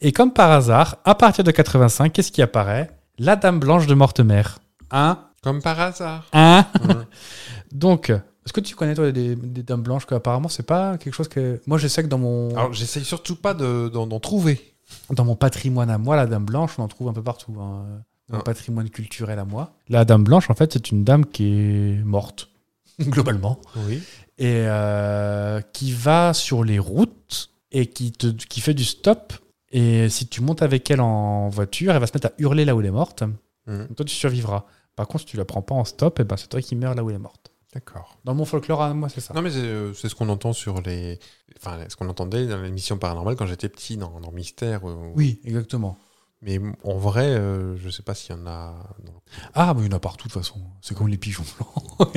Speaker 1: Et comme par hasard, à partir de 85, qu'est-ce qui apparaît La Dame Blanche de Mortemer. Hein
Speaker 2: [laughs] Comme par hasard.
Speaker 1: Hein
Speaker 2: Hum.
Speaker 1: [laughs] Donc, est-ce que tu connais, toi, des, des Dames Blanches que, Apparemment, c'est pas quelque chose que. Moi, je sais que dans mon,
Speaker 2: Alors, j'essaye surtout pas de- d'en d'en trouver.
Speaker 1: dans mon patrimoine à moi, la Dame Blanche, on en trouve un peu partout. hein. Dans mon
Speaker 2: Ah.
Speaker 1: patrimoine culturel à moi. La Dame Blanche, en fait, c'est une dame qui est morte, [laughs] globalement.
Speaker 2: Oui.
Speaker 1: et euh, qui va sur les routes et qui, te, qui fait du stop. Et si tu montes avec elle en voiture, elle va se mettre à hurler là où elle est morte.
Speaker 2: Mhm.
Speaker 1: Donc toi, tu survivras. Par contre, si tu la prends pas en stop, et ben, c'est toi qui meurs là où elle est morte.
Speaker 2: D'accord.
Speaker 1: Dans mon folklore, à moi, c'est ça.
Speaker 2: Non, mais c'est euh, c'est ce qu'on entend sur les. Enfin, ce qu'on entendait dans l'émission paranormale quand j'étais petit, dans, dans Mystère. euh,
Speaker 1: Oui, exactement.
Speaker 2: Mais en vrai, euh, je sais pas s'il y en a. dans-
Speaker 1: Ah, mais il y en a partout, de toute façon. C'est comme les pigeons [laughs] blancs.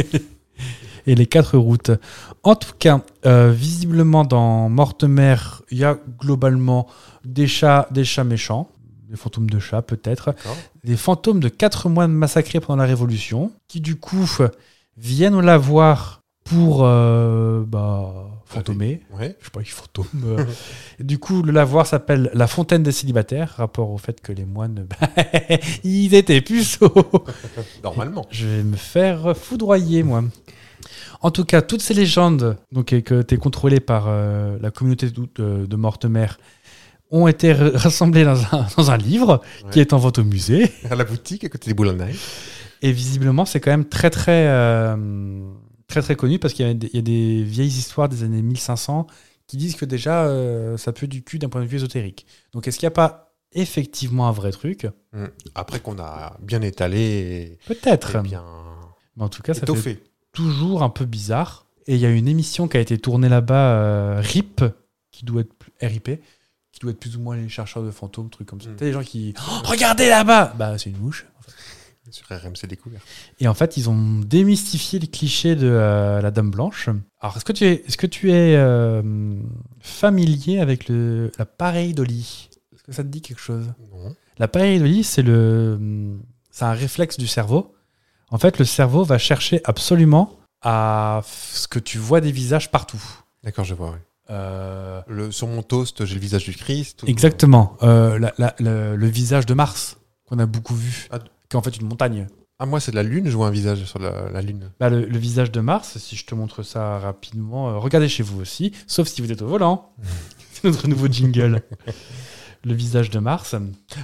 Speaker 1: et les quatre routes. En tout cas, euh, visiblement, dans Mortemer, il y a globalement des chats, des chats méchants. Des fantômes de chats, peut-être.
Speaker 2: D'accord.
Speaker 1: des fantômes de quatre moines massacrés pendant la Révolution, qui du coup euh, viennent la voir pour euh, bah, fantômer.
Speaker 2: Ouais.
Speaker 1: [laughs] Je sais pas, ils fantôment. euh. Et du coup, le lavoir s'appelle la fontaine des célibataires, rapport au fait que les moines, [laughs] bah, ils étaient puceaux.
Speaker 2: Normalement.
Speaker 1: Je vais me faire foudroyer, moi. En tout cas, toutes ces légendes, donc, et que tu es contrôlé par euh, la communauté de, de- de Mortemer, ont été re- rassemblées dans un, [laughs] dans un livre qui
Speaker 2: Ouais.
Speaker 1: est en vente au musée.
Speaker 2: À la boutique, à côté des boules à neige.
Speaker 1: Et visiblement, c'est quand même très très euh, très très connu parce qu'il y, a des- il y a des vieilles histoires des années 1500 qui disent que déjà euh, ça pue du cul d'un point de vue ésotérique. Donc est-ce qu'il n'y a pas effectivement un vrai truc
Speaker 2: Après qu'on a bien étalé. et-
Speaker 1: Peut-être.
Speaker 2: Eh bien,
Speaker 1: Mais en tout cas, ça fait
Speaker 2: étoffé.
Speaker 1: toujours un peu bizarre. Et il y a une émission qui a été tournée là-bas, euh, RIP, qui doit être plus- RIP, qui doit être plus ou moins les chercheurs de fantômes, trucs comme ça.
Speaker 2: Mm.
Speaker 1: T'as des gens qui. Oh, regardez là-bas Bah, c'est une mouche.
Speaker 2: Sur RMC Découvert.
Speaker 1: Et en fait, ils ont démystifié le cliché de euh, la Dame Blanche. Alors, est-ce que tu es, est-ce que tu es euh, familier avec le, la pareidolie Est-ce que ça te dit quelque chose
Speaker 2: Non.
Speaker 1: La pareidolie, c'est le, euh, c'est un réflexe du cerveau. En fait, le cerveau va chercher absolument à f- ce que tu vois des visages partout.
Speaker 2: D'accord, je vois. oui.
Speaker 1: Euh,
Speaker 2: Le, sur mon toast, j'ai le visage du Christ. ou-
Speaker 1: exactement. Euh, la- la- le, le visage de Mars qu'on a beaucoup vu,
Speaker 2: Ah.
Speaker 1: qui est en fait une montagne.
Speaker 2: Ah, moi, c'est de la lune, je vois un visage sur la, la lune.
Speaker 1: Bah, le, le visage de Mars, si je te montre ça rapidement, euh, regardez chez vous aussi, sauf si vous êtes au
Speaker 2: [laughs]
Speaker 1: volant. C'est notre nouveau jingle. le visage de Mars.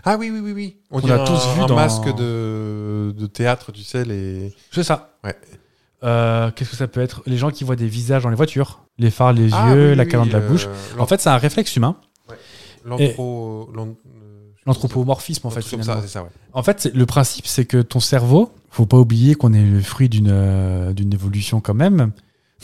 Speaker 2: Ah oui, oui, oui, oui. On,
Speaker 1: dirait
Speaker 2: a
Speaker 1: un-
Speaker 2: tous vu
Speaker 1: un
Speaker 2: un
Speaker 1: masque
Speaker 2: masque de, théâtre, tu sais, les...
Speaker 1: C'est ça.
Speaker 2: Ouais.
Speaker 1: Euh, Qu'est-ce que ça peut être Les gens qui voient des visages dans les voitures, les phares, les
Speaker 2: Ah
Speaker 1: yeux, la calandre
Speaker 2: euh,
Speaker 1: de la bouche. En fait, c'est un réflexe humain,
Speaker 2: l'anthro... l'an- euh, je sais pas
Speaker 1: l'anthropomorphisme en fait.
Speaker 2: comment ça- comme
Speaker 1: finalement.
Speaker 2: ça, c'est ça, ouais.
Speaker 1: En fait, c'est- le principe, c'est que ton cerveau, faut pas oublier qu'on est le fruit d'une euh, d'une évolution quand même.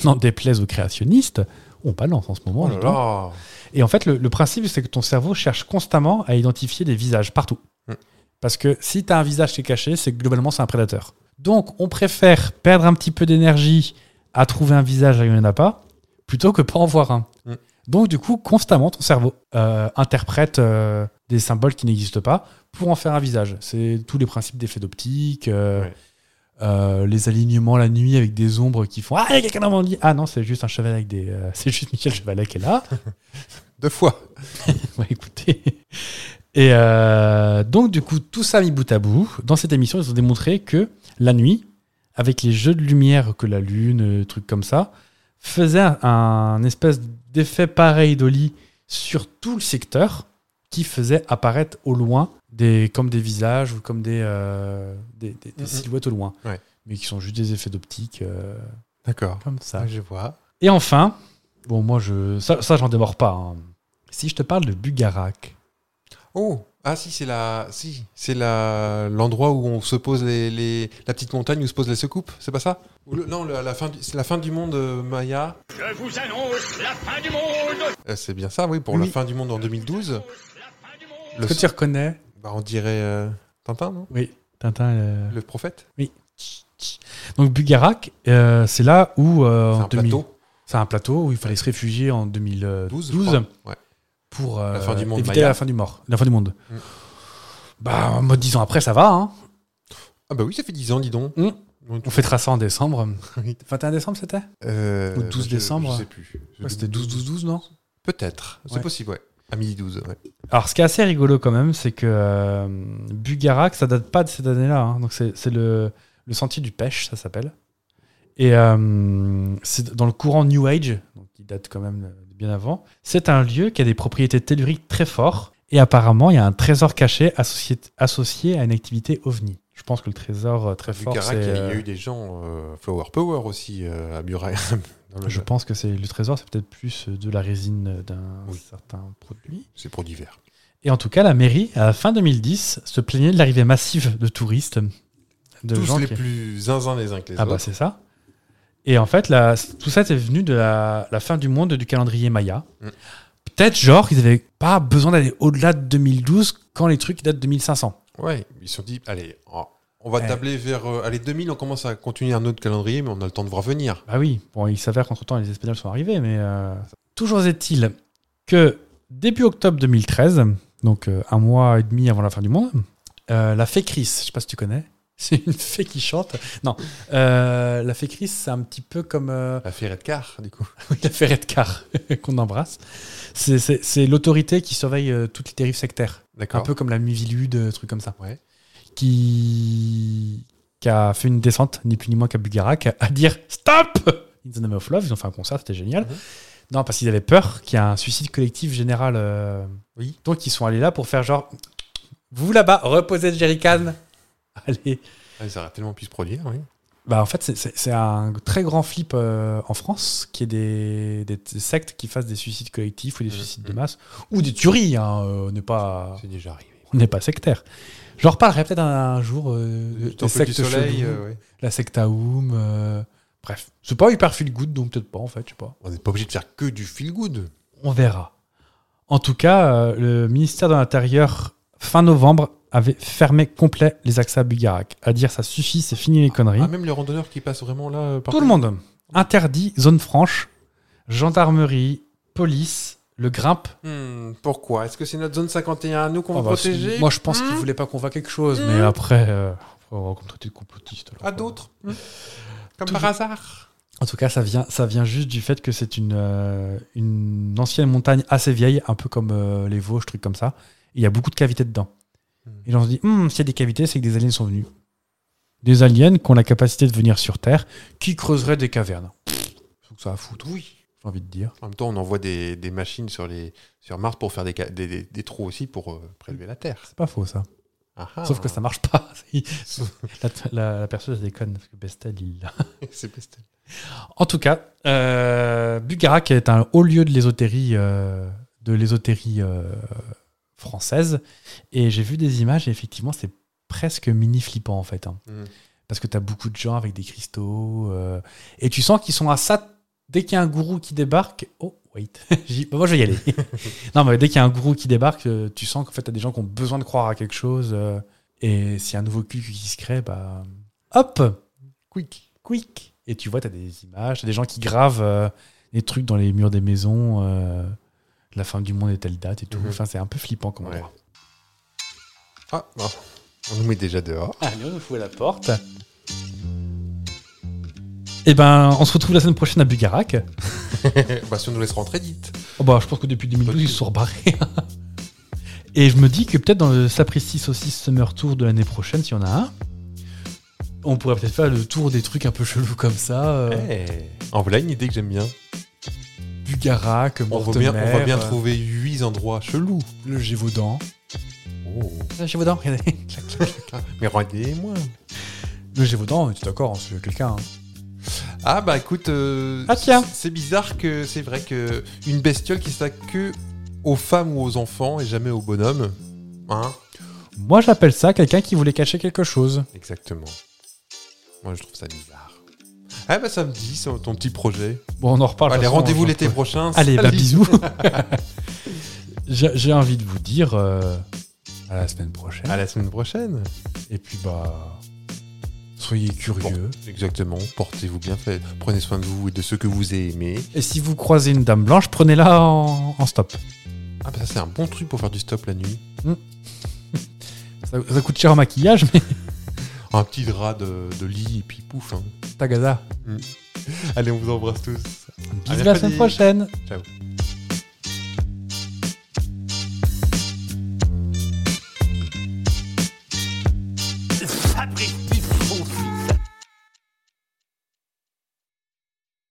Speaker 1: N'en déplaise aux créationnistes, on balance en ce moment.
Speaker 2: Oh
Speaker 1: dis
Speaker 2: là
Speaker 1: donc.
Speaker 2: là
Speaker 1: Et en fait, le, le principe, c'est que ton cerveau cherche constamment à identifier des visages partout.
Speaker 2: Mm.
Speaker 1: Parce que si tu as un visage qui est caché, c'est que globalement, c'est un prédateur. Donc, on préfère perdre un petit peu d'énergie à trouver un visage là où il n'y en a pas, plutôt que pas en voir un.
Speaker 2: Mm.
Speaker 1: Donc, du coup, constamment, ton cerveau euh, interprète euh, des symboles qui n'existent pas pour en faire un visage. C'est tous les principes d'effet d'optique, euh,
Speaker 2: Ouais.
Speaker 1: euh, les alignements la nuit avec des ombres qui font Ah, il y a quelqu'un dans mon lit Ah non, c'est juste un cheval avec des. euh, [laughs] c'est juste Michel Chevalet qui est là.
Speaker 2: Deux fois
Speaker 1: [laughs] Ouais, Bah, écoutez. Et euh, donc, du coup, tout ça mis bout à bout, dans cette émission, ils ont démontré que la nuit, avec les jeux de lumière que la lune, euh, trucs comme ça, faisait un, un espèce d'effet pareil d'Oli sur tout le secteur qui faisait apparaître au loin des, comme des visages ou comme des, euh, des, des- des
Speaker 2: Mhm.
Speaker 1: silhouettes au loin.
Speaker 2: Ouais.
Speaker 1: Mais qui sont juste des effets d'optique euh,
Speaker 2: D'accord.
Speaker 1: comme ça.
Speaker 2: Ah, je vois.
Speaker 1: Et enfin, bon, moi, je, ça, ça j'en démords pas. hein. Si je te parle de Bugarak.
Speaker 2: Oh Ah si, c'est la... Si, c'est la... l'endroit où on se pose les, les- La petite montagne où se posent les secoupes, c'est pas ça Ou le- Non, le- la fin du... c'est la fin du monde, euh, Maya.
Speaker 5: Je vous annonce la fin du monde
Speaker 2: Euh, c'est bien ça, oui, pour
Speaker 1: Oui.
Speaker 2: la fin du monde en 2012. Le...
Speaker 1: Est-ce que tu reconnais
Speaker 2: bah, on dirait... euh, Tintin, non
Speaker 1: Oui. Tintin. euh,
Speaker 2: Le prophète
Speaker 1: Donc Bugarak, euh, c'est là où. euh,
Speaker 2: C'est
Speaker 1: en
Speaker 2: un
Speaker 1: 2000
Speaker 2: plateau
Speaker 1: C'est un plateau où il fallait se réfugier en 2012
Speaker 2: 12, je crois. Ouais.
Speaker 1: pour euh,
Speaker 2: La fin du monde
Speaker 1: éviter
Speaker 2: maya.
Speaker 1: la fin du mort, la fin du monde.
Speaker 2: Mm.
Speaker 1: Bah, moi, dix ans après, ça va. Hein.
Speaker 2: Ah bah oui, ça fait 10 ans, dis donc.
Speaker 1: Hmm.
Speaker 2: Donc,
Speaker 1: On fêtera ça en décembre.
Speaker 2: [laughs] Oui.
Speaker 1: 21 décembre, c'était
Speaker 2: euh,
Speaker 1: Au 12
Speaker 2: je-
Speaker 1: décembre.
Speaker 2: Je sais plus. Je-
Speaker 1: Ouais, C'était 12-12-12, non
Speaker 2: Peut-être.
Speaker 1: Ouais.
Speaker 2: C'est possible, ouais. À midi 12, ouais.
Speaker 1: Alors, ce qui est assez rigolo quand même, c'est que euh, Bugarak, ça date pas de cette année-là. hein. Donc, c'est c'est le, le sentier du pêche, ça s'appelle. Et euh, c'est dans le courant New Age, donc qui date quand même de bien avant. C'est un lieu qui a des propriétés telluriques très fortes. Et apparemment, il y a un trésor caché associé, associé à une activité ovni. Je pense que le trésor euh, très
Speaker 2: Vu
Speaker 1: fort,
Speaker 2: Carac,
Speaker 1: c'est,
Speaker 2: il y a- il y a
Speaker 1: euh,
Speaker 2: eu des gens euh, Flower Power aussi euh, à Buray. [laughs] Dans le-
Speaker 1: je pense que c'est le trésor, c'est peut-être plus euh, de la résine euh, d'un
Speaker 2: Oui.
Speaker 1: certain produit.
Speaker 2: C'est pour divers.
Speaker 1: Et en tout cas, la mairie, à la fin 2010, se plaignait de l'arrivée massive de touristes. De
Speaker 2: Tous
Speaker 1: gens
Speaker 2: les
Speaker 1: qui-
Speaker 2: plus uns les uns que les
Speaker 1: Ah bah
Speaker 2: autres.
Speaker 1: c'est ça. Et en fait, la- tout ça, c'est venu de la, la fin du monde du calendrier Maya.
Speaker 2: Mm.
Speaker 1: Peut-être, genre, ils n'avaient pas besoin d'aller au-delà de 2012 quand les trucs datent de 1500.
Speaker 2: Ouais, ils se sont dit, allez, oh, on va
Speaker 1: Ouais.
Speaker 2: tabler vers euh, allez, 2000, on commence à continuer un autre calendrier, mais on a le temps de voir venir.
Speaker 1: Bah oui, bon, il s'avère qu'entre-temps, les Espagnols sont arrivés, mais... euh, Toujours est-il que début octobre 2013, donc euh, un mois et demi avant la fin du monde, euh, la fée Chris, je sais pas si tu connais, [laughs] c'est une fée qui chante. Non, euh, la fée Chris, c'est un petit peu comme euh, [laughs]
Speaker 2: La de car, du coup.
Speaker 1: la fée Redcar [laughs] qu'on embrasse. C'est- C'est c'est l'autorité qui surveille euh, toutes les dérives sectaires, un
Speaker 2: D'accord.
Speaker 1: peu comme la Muvilude, euh, truc comme ça.
Speaker 2: Ouais.
Speaker 1: Qui... qui a fait une descente, ni plus ni moins qu'à Bugarak, à dire Stop In the Name of Love, ils ont fait un concert, c'était génial.
Speaker 2: Mhm.
Speaker 1: Non, parce qu'ils avaient peur qu'il y ait un suicide collectif général. euh,
Speaker 2: Oui.
Speaker 1: Donc ils sont allés là pour faire genre Vous là-bas, reposez le jerrycan Allez
Speaker 2: Ah, ça aurait tellement pu se produire, oui.
Speaker 1: bah en fait, c'est- c'est c'est un très grand flip euh, en France qu'il y ait des, des sectes qui fassent des suicides collectifs ou des
Speaker 2: Mhm.
Speaker 1: suicides de masse ou des tueries. Hein, euh, on n'est pas.
Speaker 2: C'est déjà arrivé.
Speaker 1: on n'est pas sectaire. J'en reparlerai peut-être un, un jour. euh, des
Speaker 2: Temple du
Speaker 1: sectes
Speaker 2: soleil,
Speaker 1: cheloues,
Speaker 2: euh, ouais.
Speaker 1: La secta Aum, euh, bref, c'est pas hyper feel good, donc peut-être pas en fait, je sais pas.
Speaker 2: On n'est pas obligé de faire que du feel good.
Speaker 1: On verra. En tout cas, euh, le ministère de l'Intérieur, fin novembre, avait fermé complet les accès à Bugarak. À dire ça suffit, c'est fini les conneries.
Speaker 2: Ah, même les randonneurs qui passent vraiment là. euh, par
Speaker 1: Tout le monde. Interdit, zone franche, gendarmerie, police, le grimpe.
Speaker 2: Hmm, pourquoi Est-ce que c'est notre zone 51 à nous qu'on
Speaker 1: Ah
Speaker 2: va
Speaker 1: bah,
Speaker 2: protéger
Speaker 1: c'est- Moi, je pense
Speaker 2: Hmm
Speaker 1: qu'ils voulaient pas qu'on voit quelque chose, mais après, euh, on va comme traiter de complotiste. alors, quoi.
Speaker 2: À Mmh. d'autres hmm Comme
Speaker 1: Toujours.
Speaker 2: par hasard
Speaker 1: En tout cas, ça vient, ça vient juste du fait que c'est une, euh, une ancienne montagne assez vieille, un peu comme euh, les Vosges, trucs comme ça. Il y a beaucoup de cavités dedans.
Speaker 2: Hmm.
Speaker 1: Et on se dit, Hmm, s'il y a des cavités, c'est que des aliens sont venus. Des aliens qui ont la capacité de venir sur Terre, qui creuseraient des cavernes. Faut que ça à foutre. Oui. J'ai envie de dire.
Speaker 2: En même temps, on envoie des, des machines sur, les, sur Mars pour faire des, ca- des, des- des trous aussi pour euh, prélever la Terre.
Speaker 1: C'est pas faux, ça.
Speaker 2: Ah, ah.
Speaker 1: Sauf que ça marche pas. [laughs] la, la, la perceuse déconne, parce que Bestel, il l'a.
Speaker 2: [laughs] c'est bestel.
Speaker 1: En tout cas, euh, Bugarak est un haut lieu de l'ésotérie euh, de l'ésotérie euh, française. Et j'ai vu des images et effectivement, c'est presque mini flippant en fait. hein.
Speaker 2: Mhm.
Speaker 1: Parce que tu as beaucoup de gens avec des cristaux. euh, et tu sens qu'ils sont à ça. Dès qu'il y a un gourou qui débarque. Oh, wait. [laughs] J'y- bah, moi, je vais y aller. non, mais dès qu'il y a un gourou qui débarque, euh, tu sens qu'en fait, tu as des gens qui ont besoin de croire à quelque chose. euh, et s'il y a un nouveau cul qui se crée, bah. Hop! Quick. Quick. Et tu vois, tu as des images, t'as des gens qui gravent euh, des trucs dans les murs des maisons. euh, la fin du monde est telle date et tout.
Speaker 2: Mhm.
Speaker 1: Enfin, c'est un peu flippant comme
Speaker 2: Ouais.
Speaker 1: endroit.
Speaker 2: Ah, bon. on nous met déjà dehors.
Speaker 1: Allez, on fout à la porte. Et ben, on se retrouve la semaine prochaine à Bugarak.
Speaker 2: bah, si on nous laisse rentrer, dites.
Speaker 1: Oh bah, je pense que depuis 2012, ils se sont rebarrés. [laughs] Et je me dis que peut-être dans le Sapristi Saucisse Summer Tour de l'année prochaine, s'il y en a un, on pourrait peut-être faire le tour des trucs un peu chelous comme ça. euh,
Speaker 2: Eh, En voilà une idée que j'aime bien.
Speaker 1: Bugarak,
Speaker 2: On va bien, on va
Speaker 1: Mortemer,
Speaker 2: bien
Speaker 1: euh,
Speaker 2: trouver 8 endroits chelous.
Speaker 1: le Gévaudan.
Speaker 2: Oh.
Speaker 1: Le Gévaudan, regardez.
Speaker 2: Mais regardez-moi.
Speaker 1: Le Gévaudan, tu es d'accord, c'est quelqu'un. hein.
Speaker 2: Ah bah écoute, euh,
Speaker 1: Ah, tiens.
Speaker 2: c- c'est bizarre que c'est vrai que une bestiole qui s'attaque que aux femmes ou aux enfants et jamais aux bonhommes. Hein
Speaker 1: Moi, j'appelle ça quelqu'un qui voulait cacher quelque chose.
Speaker 2: Exactement. Moi je trouve ça bizarre. Ah bah ça me dit son- ton petit projet.
Speaker 1: Bon, on en reparle. de toute
Speaker 2: Allez,
Speaker 1: Ah, façon,
Speaker 2: rendez-vous
Speaker 1: je-
Speaker 2: l'été prochain.
Speaker 1: Allez, bah, [laughs]
Speaker 2: Salut.
Speaker 1: bisous. J'ai j'ai envie de vous dire euh, à la semaine prochaine.
Speaker 2: À la semaine prochaine.
Speaker 1: Et puis, bah, soyez curieux.
Speaker 2: Exactement. Portez-vous bien, fait. prenez soin de vous et de ceux que vous aimez.
Speaker 1: Et si vous croisez une dame blanche, prenez-la en, en stop.
Speaker 2: Ah bah ça c'est un bon truc pour faire du stop la nuit.
Speaker 1: Ça, ça coûte cher en maquillage, mais [laughs]
Speaker 2: Un petit drap de, de lit et puis pouf. hein.
Speaker 1: tagada.
Speaker 2: Allez, on vous embrasse tous.
Speaker 1: Bisous à la
Speaker 2: mercredi.
Speaker 1: semaine prochaine.
Speaker 2: Ciao.